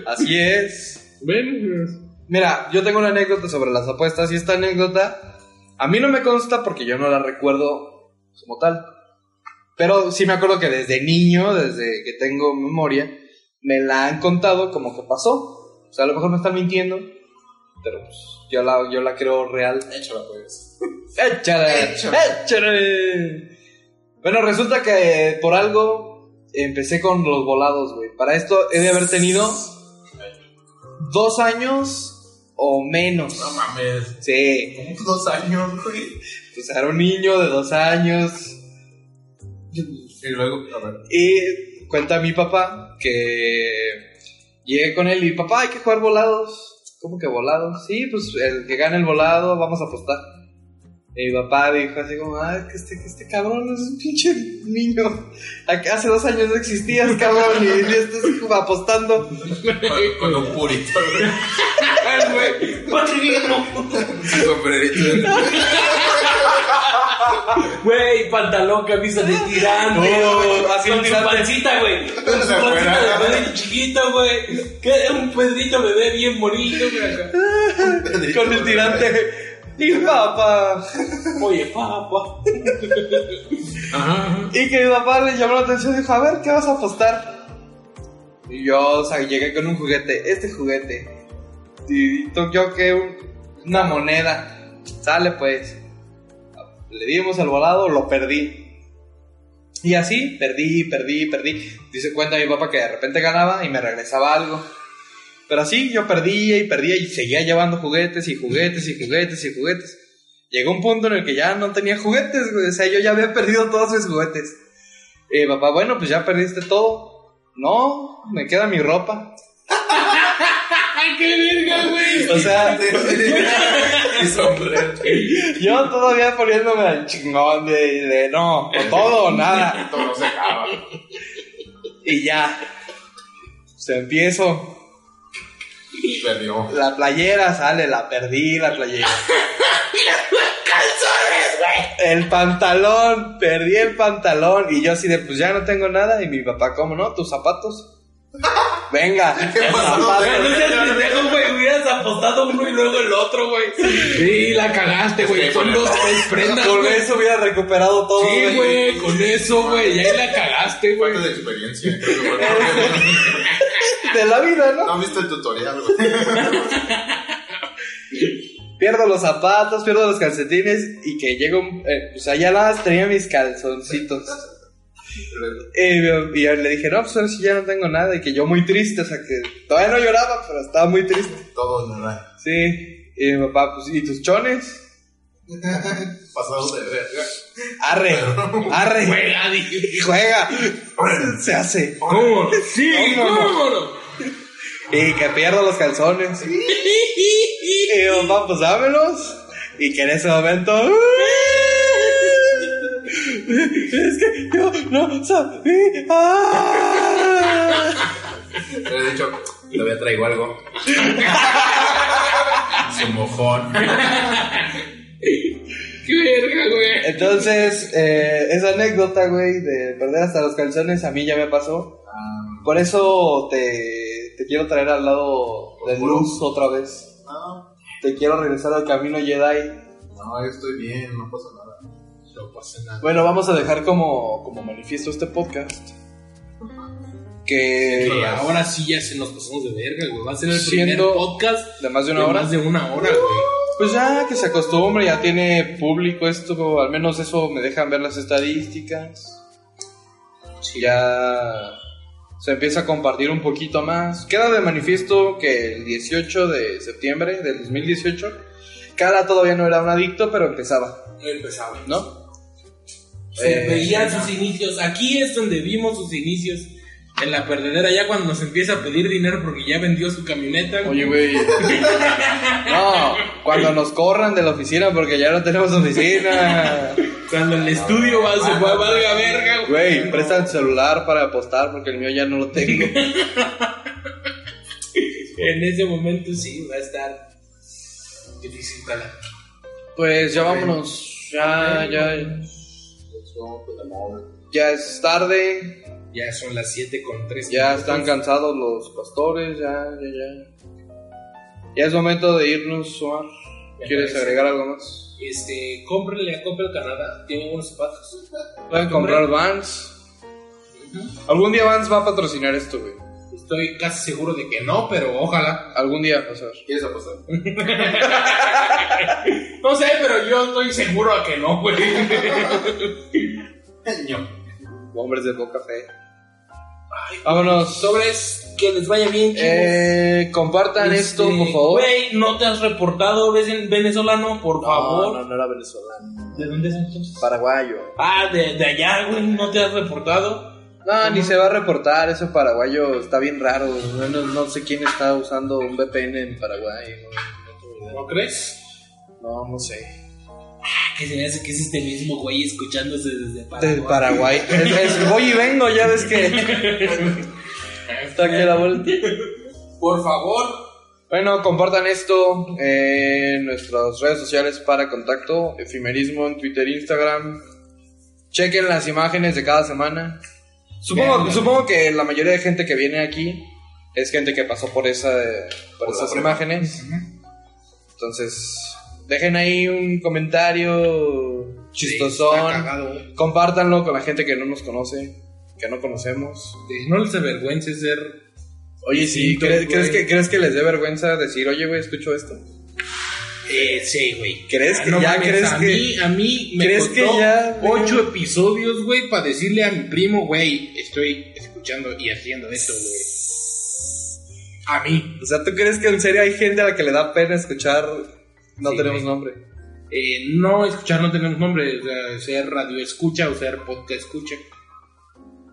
Speaker 1: Así es.
Speaker 2: Ven,
Speaker 1: Mira, yo tengo una anécdota sobre las apuestas y esta anécdota a mí no me consta porque yo no la recuerdo como tal. Pero sí me acuerdo que desde niño, desde que tengo memoria, me la han contado como que pasó. O sea, a lo mejor me están mintiendo, pero pues, yo, la, yo la creo real.
Speaker 3: Échala, pues.
Speaker 1: ¡Échale!
Speaker 3: Échale.
Speaker 1: ¡Échale! Bueno, resulta que por algo empecé con los volados, güey. Para esto he de haber tenido dos años o menos.
Speaker 2: No mames.
Speaker 1: Sí,
Speaker 3: Dos años, güey.
Speaker 1: pues era un niño de dos años.
Speaker 3: Y luego, a ver.
Speaker 1: Y cuenta mi papá que llegué con él y papá, hay que jugar volados. ¿Cómo que volados? Sí, pues el que gane el volado, vamos a apostar. Y mi papá dijo así como, ah, que este, que este cabrón es un pinche niño. Ac- Hace dos años no existías, cabrón, y ya estás como apostando.
Speaker 3: Con, con un purito, güey. Su sombrerito.
Speaker 4: Güey, pantalón, camisa de tirante.
Speaker 1: No,
Speaker 4: güey,
Speaker 1: así
Speaker 4: con su
Speaker 1: tirante.
Speaker 4: pancita, güey. Con su
Speaker 3: Se fue,
Speaker 4: pancita
Speaker 3: ¿no?
Speaker 4: de bebé chiquito, güey. Que es un pedrito bebé bien bonito, güey. acá.
Speaker 1: Con el tirante. Y papá.
Speaker 4: Oye, papá.
Speaker 2: Ajá.
Speaker 1: Y que mi papá le llamó la atención y dijo, a ver, ¿qué vas a apostar? Y yo, o sea, llegué con un juguete, este juguete. Y yo que un- una moneda. Sale pues. Le dimos al volado, lo perdí. Y así, perdí, perdí, perdí. Dice cuenta mi papá que de repente ganaba y me regresaba algo. Pero así yo perdía y perdía y seguía llevando juguetes y juguetes y juguetes y juguetes. Llegó un punto en el que ya no tenía juguetes, güey. O sea, yo ya había perdido todos mis juguetes. Eh, papá, bueno, pues ya perdiste todo. No, me queda mi ropa.
Speaker 4: ¡Ay, qué verga, güey!
Speaker 1: O sea,
Speaker 3: Y sombrero.
Speaker 1: yo todavía poniéndome al chingón de, de no, o todo o nada.
Speaker 3: Esto no se acaba.
Speaker 1: Y ya. Se empiezo.
Speaker 3: Perdió.
Speaker 1: La playera sale, la perdí, la playera. El pantalón, perdí el pantalón. Y yo así de, pues ya no tengo nada. Y mi papá, ¿cómo no? ¿Tus zapatos? Venga,
Speaker 3: pasó?
Speaker 1: zapatos.
Speaker 4: No seas pendejo, güey. Hubieras apostado uno y luego el otro, güey.
Speaker 2: Sí, la cagaste, güey.
Speaker 3: que
Speaker 2: Son
Speaker 3: con
Speaker 2: dos,
Speaker 3: el-
Speaker 2: tres prendas,
Speaker 1: Por
Speaker 2: güey.
Speaker 1: eso hubiera recuperado todo.
Speaker 2: Sí, güey, con eso, güey. Ahí la cagaste, güey.
Speaker 3: Falta de experiencia. creo que fue.
Speaker 1: De la vida, ¿no?
Speaker 3: No viste el tutorial, güey.
Speaker 1: Pierdo los zapatos, pierdo los calcetines y que llego, eh, pues allá nada más tenía mis calzoncitos. Y, yo- y yo le dije, no, pues ahora sí ya no tengo nada. Y que yo muy triste, o sea que todavía no lloraba, pero estaba muy triste.
Speaker 3: Todo nada.
Speaker 1: Sí. Y mi papá, pues, ¿y tus chones?
Speaker 3: Pasado de verga.
Speaker 1: Arre, arre,
Speaker 2: Juega, dije.
Speaker 1: juega. Se hace.
Speaker 2: ¿Cómo? Sí,
Speaker 1: ¿Cómo?
Speaker 2: cómo.
Speaker 1: Y que pierdo los calzones. Y mi papá, pues dámelos. Y que en ese momento. "Ah". Es que yo no sabía.
Speaker 3: Le he dicho, todavía traigo algo. Su mojón.
Speaker 2: Qué verga, güey.
Speaker 1: Entonces, eh, esa anécdota, güey, de perder hasta los calzones, a mí ya me pasó. Por eso te, te quiero traer al lado de
Speaker 3: Oscuro.
Speaker 1: luz otra vez.
Speaker 3: No,
Speaker 1: Te quiero regresar al camino Jedi.
Speaker 3: Ah, no, yo estoy bien, no pasa nada.
Speaker 2: No pasa nada.
Speaker 1: Bueno, vamos a dejar como, como manifiesto este podcast. Que
Speaker 2: Eh, ahora sí ya se nos pasamos de verga, güey. Va a ser el
Speaker 1: Siendo-
Speaker 2: primer podcast
Speaker 1: de más de
Speaker 2: de
Speaker 1: una hora.
Speaker 2: más de una hora, güey.
Speaker 1: Pues ya que se acostumbre, ya tiene público esto, al menos eso me dejan ver las estadísticas. Ya se empieza a compartir un poquito más. Queda de manifiesto que el 18 de septiembre del 2018, Cala todavía no era un adicto, pero empezaba,
Speaker 2: Empezaba.
Speaker 1: ¿no?
Speaker 4: Se
Speaker 1: Eh,
Speaker 4: veían sus inicios. Aquí es donde vimos sus inicios. En la perdedera, ya cuando nos empieza a pedir dinero porque ya vendió su camioneta. güey.
Speaker 1: Oye, güey. No, cuando nos corran de la oficina porque ya no tenemos oficina.
Speaker 4: Cuando el estudio va, se va, valga verga, güey.
Speaker 1: Güey, presta el celular para apostar porque el mío ya no lo tengo.
Speaker 4: En ese momento sí, va a estar difícil, cala.
Speaker 1: Pues ya vámonos. Ya, ya. Ya es tarde.
Speaker 4: Ya son las 7 con 3.
Speaker 1: Ya están cansados los pastores. Ya, ya, ya. Ya es momento de irnos, Omar. ¿Quieres agregar algo más?
Speaker 4: Este, cómprenle a Coppel Canadá. Tienen unos zapatos.
Speaker 1: Pueden comprar Vans. Algún día Vans va a patrocinar esto, güey.
Speaker 4: Estoy casi seguro de que no, pero ojalá.
Speaker 1: Algún día, profesor.
Speaker 3: ¿Quieres apostar?
Speaker 4: No sé, pero yo estoy seguro a que no, güey.
Speaker 1: Hombres de poca fe.
Speaker 4: Vámonos. Sobres, que les vaya bien, chicos.
Speaker 1: Eh, compartan
Speaker 4: Este,
Speaker 1: esto, por favor.
Speaker 4: Güey, no te has reportado, ves en venezolano, por favor.
Speaker 1: no, no era venezolano.
Speaker 4: ¿De dónde es entonces?
Speaker 1: Paraguayo.
Speaker 4: Ah, de, de allá, güey, no te has reportado.
Speaker 1: No, ni se va a reportar, ese paraguayo está bien raro. No, no- no sé quién está usando un VPN en Paraguay. No, no tengo idea.
Speaker 4: ¿No crees?
Speaker 1: No, no sé.
Speaker 4: Ah, que se me hace que es este mismo güey escuchándose desde Paraguay.
Speaker 1: Del Paraguay. Es, es voy y vengo, ya ves que. Está aquí a la vuelta.
Speaker 4: Por favor.
Speaker 1: Bueno, compartan esto en nuestras redes sociales para contacto, efimerismo en Twitter, Instagram. Chequen las imágenes de cada semana. Supongo,
Speaker 4: Vean.
Speaker 1: supongo que la mayoría de gente que viene aquí es gente que pasó por, esa, por
Speaker 3: Por
Speaker 1: esas
Speaker 3: la-
Speaker 1: imágenes. Entonces, dejen ahí un comentario
Speaker 4: Está
Speaker 1: chistosón.
Speaker 4: cagado, güey.
Speaker 1: Compártanlo con la gente que no nos conoce, que no conocemos.
Speaker 2: No les avergüence ser.
Speaker 1: Oye, sí,
Speaker 2: Distintos,
Speaker 1: ¿crees, crees
Speaker 2: güey.
Speaker 1: que, ¿crees que les dé vergüenza decir, oye, güey, escucho esto?
Speaker 4: Eh, sí, güey.
Speaker 1: ¿Crees
Speaker 2: Ah,
Speaker 1: que
Speaker 2: no
Speaker 1: ya
Speaker 2: mames,
Speaker 1: crees
Speaker 2: a
Speaker 1: que
Speaker 2: mí, a mí me
Speaker 1: ¿Crees
Speaker 2: costó
Speaker 1: que ya-
Speaker 2: ocho episodios, güey, para decirle a mi primo, güey, estoy escuchando y haciendo esto, güey. A mí.
Speaker 1: o sea, tú crees que en serio hay gente a la que le da pena escuchar no
Speaker 2: Sí,
Speaker 1: tenemos
Speaker 2: güey.
Speaker 1: nombre?
Speaker 2: Eh, no escuchar no tenemos nombre, o sea, ser radio escucha o ser podcast escucha.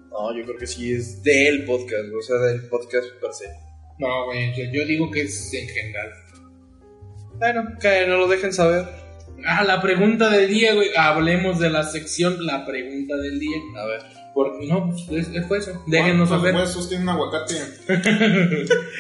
Speaker 1: No, yo creo que sí es del podcast, o sea, del podcast per se.
Speaker 2: No, güey, o sea, yo digo que es en general.
Speaker 1: Bueno, que no lo dejen saber.
Speaker 2: Ah, la pregunta del día, güey. Hablemos de la sección La pregunta del día.
Speaker 1: A ver. pues,
Speaker 2: Porque no, pues es- fue eso. Déjenos
Speaker 3: ¿Cuántos
Speaker 2: saber.
Speaker 3: huesos tiene un aguacate?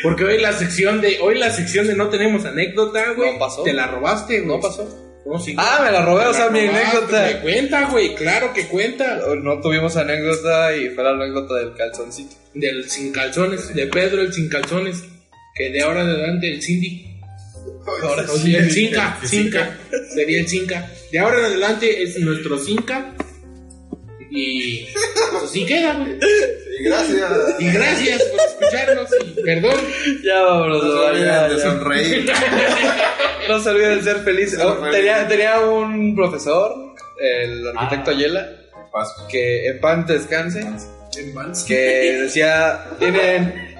Speaker 2: Porque hoy la sección de hoy la sección de no tenemos anécdota, güey.
Speaker 1: No pasó.
Speaker 2: Te la robaste, güey.
Speaker 1: ¿No pasó?
Speaker 2: No, sí.
Speaker 1: Ah, me la robé,
Speaker 2: Te
Speaker 1: o sea, mi
Speaker 2: robaste, güey.
Speaker 1: anécdota.
Speaker 2: cuenta, güey, claro que cuenta.
Speaker 1: No tuvimos anécdota y fue la anécdota del calzoncito.
Speaker 2: Del sin calzones, de Pedro el sin calzones, que de ahora en adelante el Cindy.
Speaker 1: Ahora
Speaker 2: O sea, el Cinca, Cinca, sería el Cinca. De ahora en adelante es nuestro Cinca. Y pues, así queda, güey.
Speaker 3: Y gracias.
Speaker 2: Y gracias por escucharnos y perdón.
Speaker 1: Ya vámonos,
Speaker 3: No se
Speaker 1: ya, ya,
Speaker 3: olviden de
Speaker 1: ya.
Speaker 3: sonreír.
Speaker 1: No se olviden de ser felices.
Speaker 3: No,
Speaker 1: Oh,
Speaker 3: no, no.
Speaker 1: tenía, tenía un profesor, el arquitecto Ayela,
Speaker 3: Paso.
Speaker 1: que en pan descanse. que decía, tienen,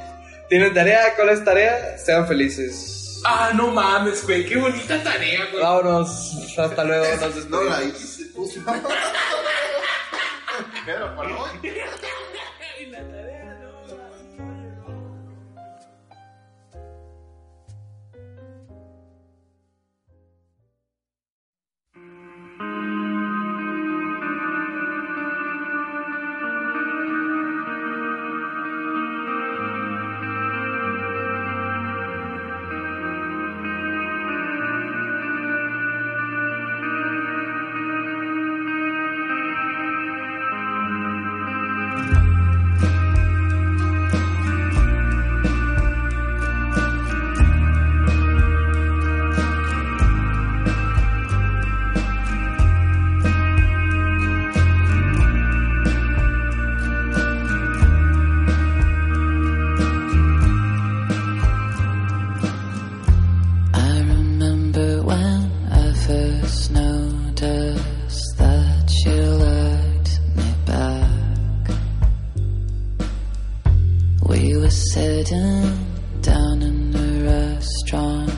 Speaker 1: tienen tarea, ¿cuál es tarea? Sean felices.
Speaker 4: Ah, no mames, güey. Qué bonita tarea,
Speaker 2: Ah.
Speaker 4: güey.
Speaker 1: Vámonos, hasta luego, nos
Speaker 3: No
Speaker 1: despedimos.
Speaker 3: la hice, puto. Pero para hoy.
Speaker 7: I remember when I first noticed that you looked me back. We were sitting down in a restaurant,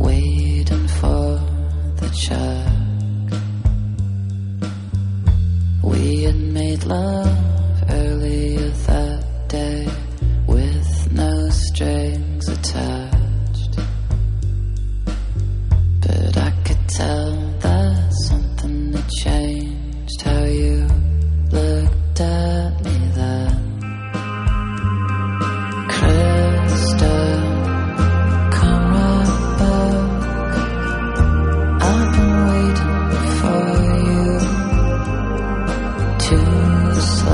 Speaker 7: waiting for the check. We had made love earlier that day with no strings attached. But I could tell that something had changed how you looked at me then. Crystal, come right back. I've been waiting for you to say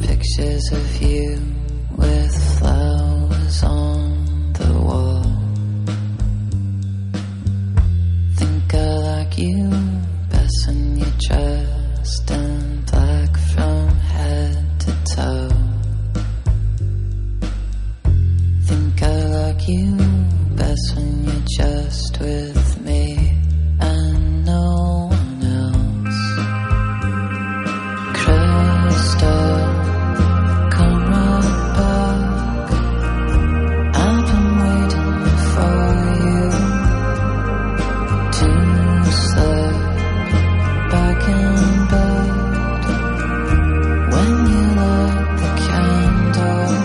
Speaker 7: pictures of you with flowers on the wall. Think I like you best in your chest and black from head to toe. Think I like you best when you're just with me and no one else. Crystal, come right back. I've been waiting for you to slip back in bed when you light the candle.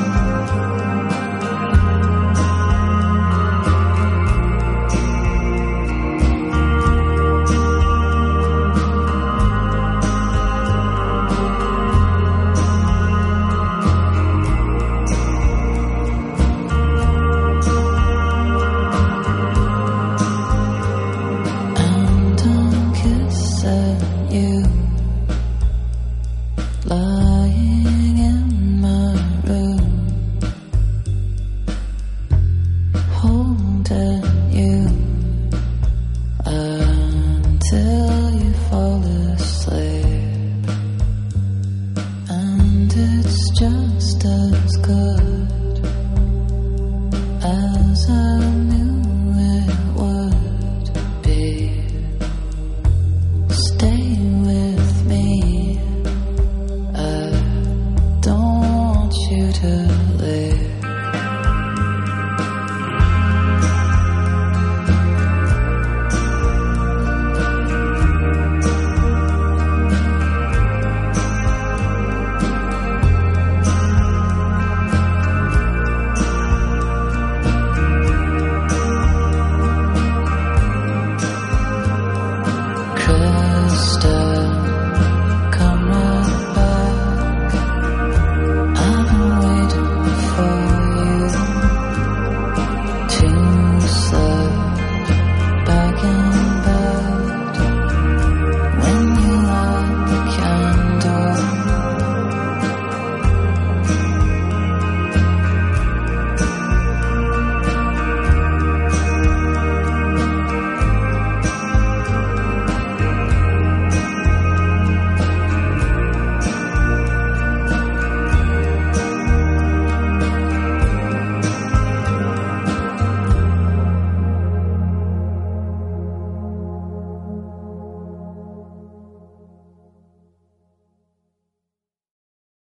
Speaker 7: And I'm kissing you, lying in my room, holding you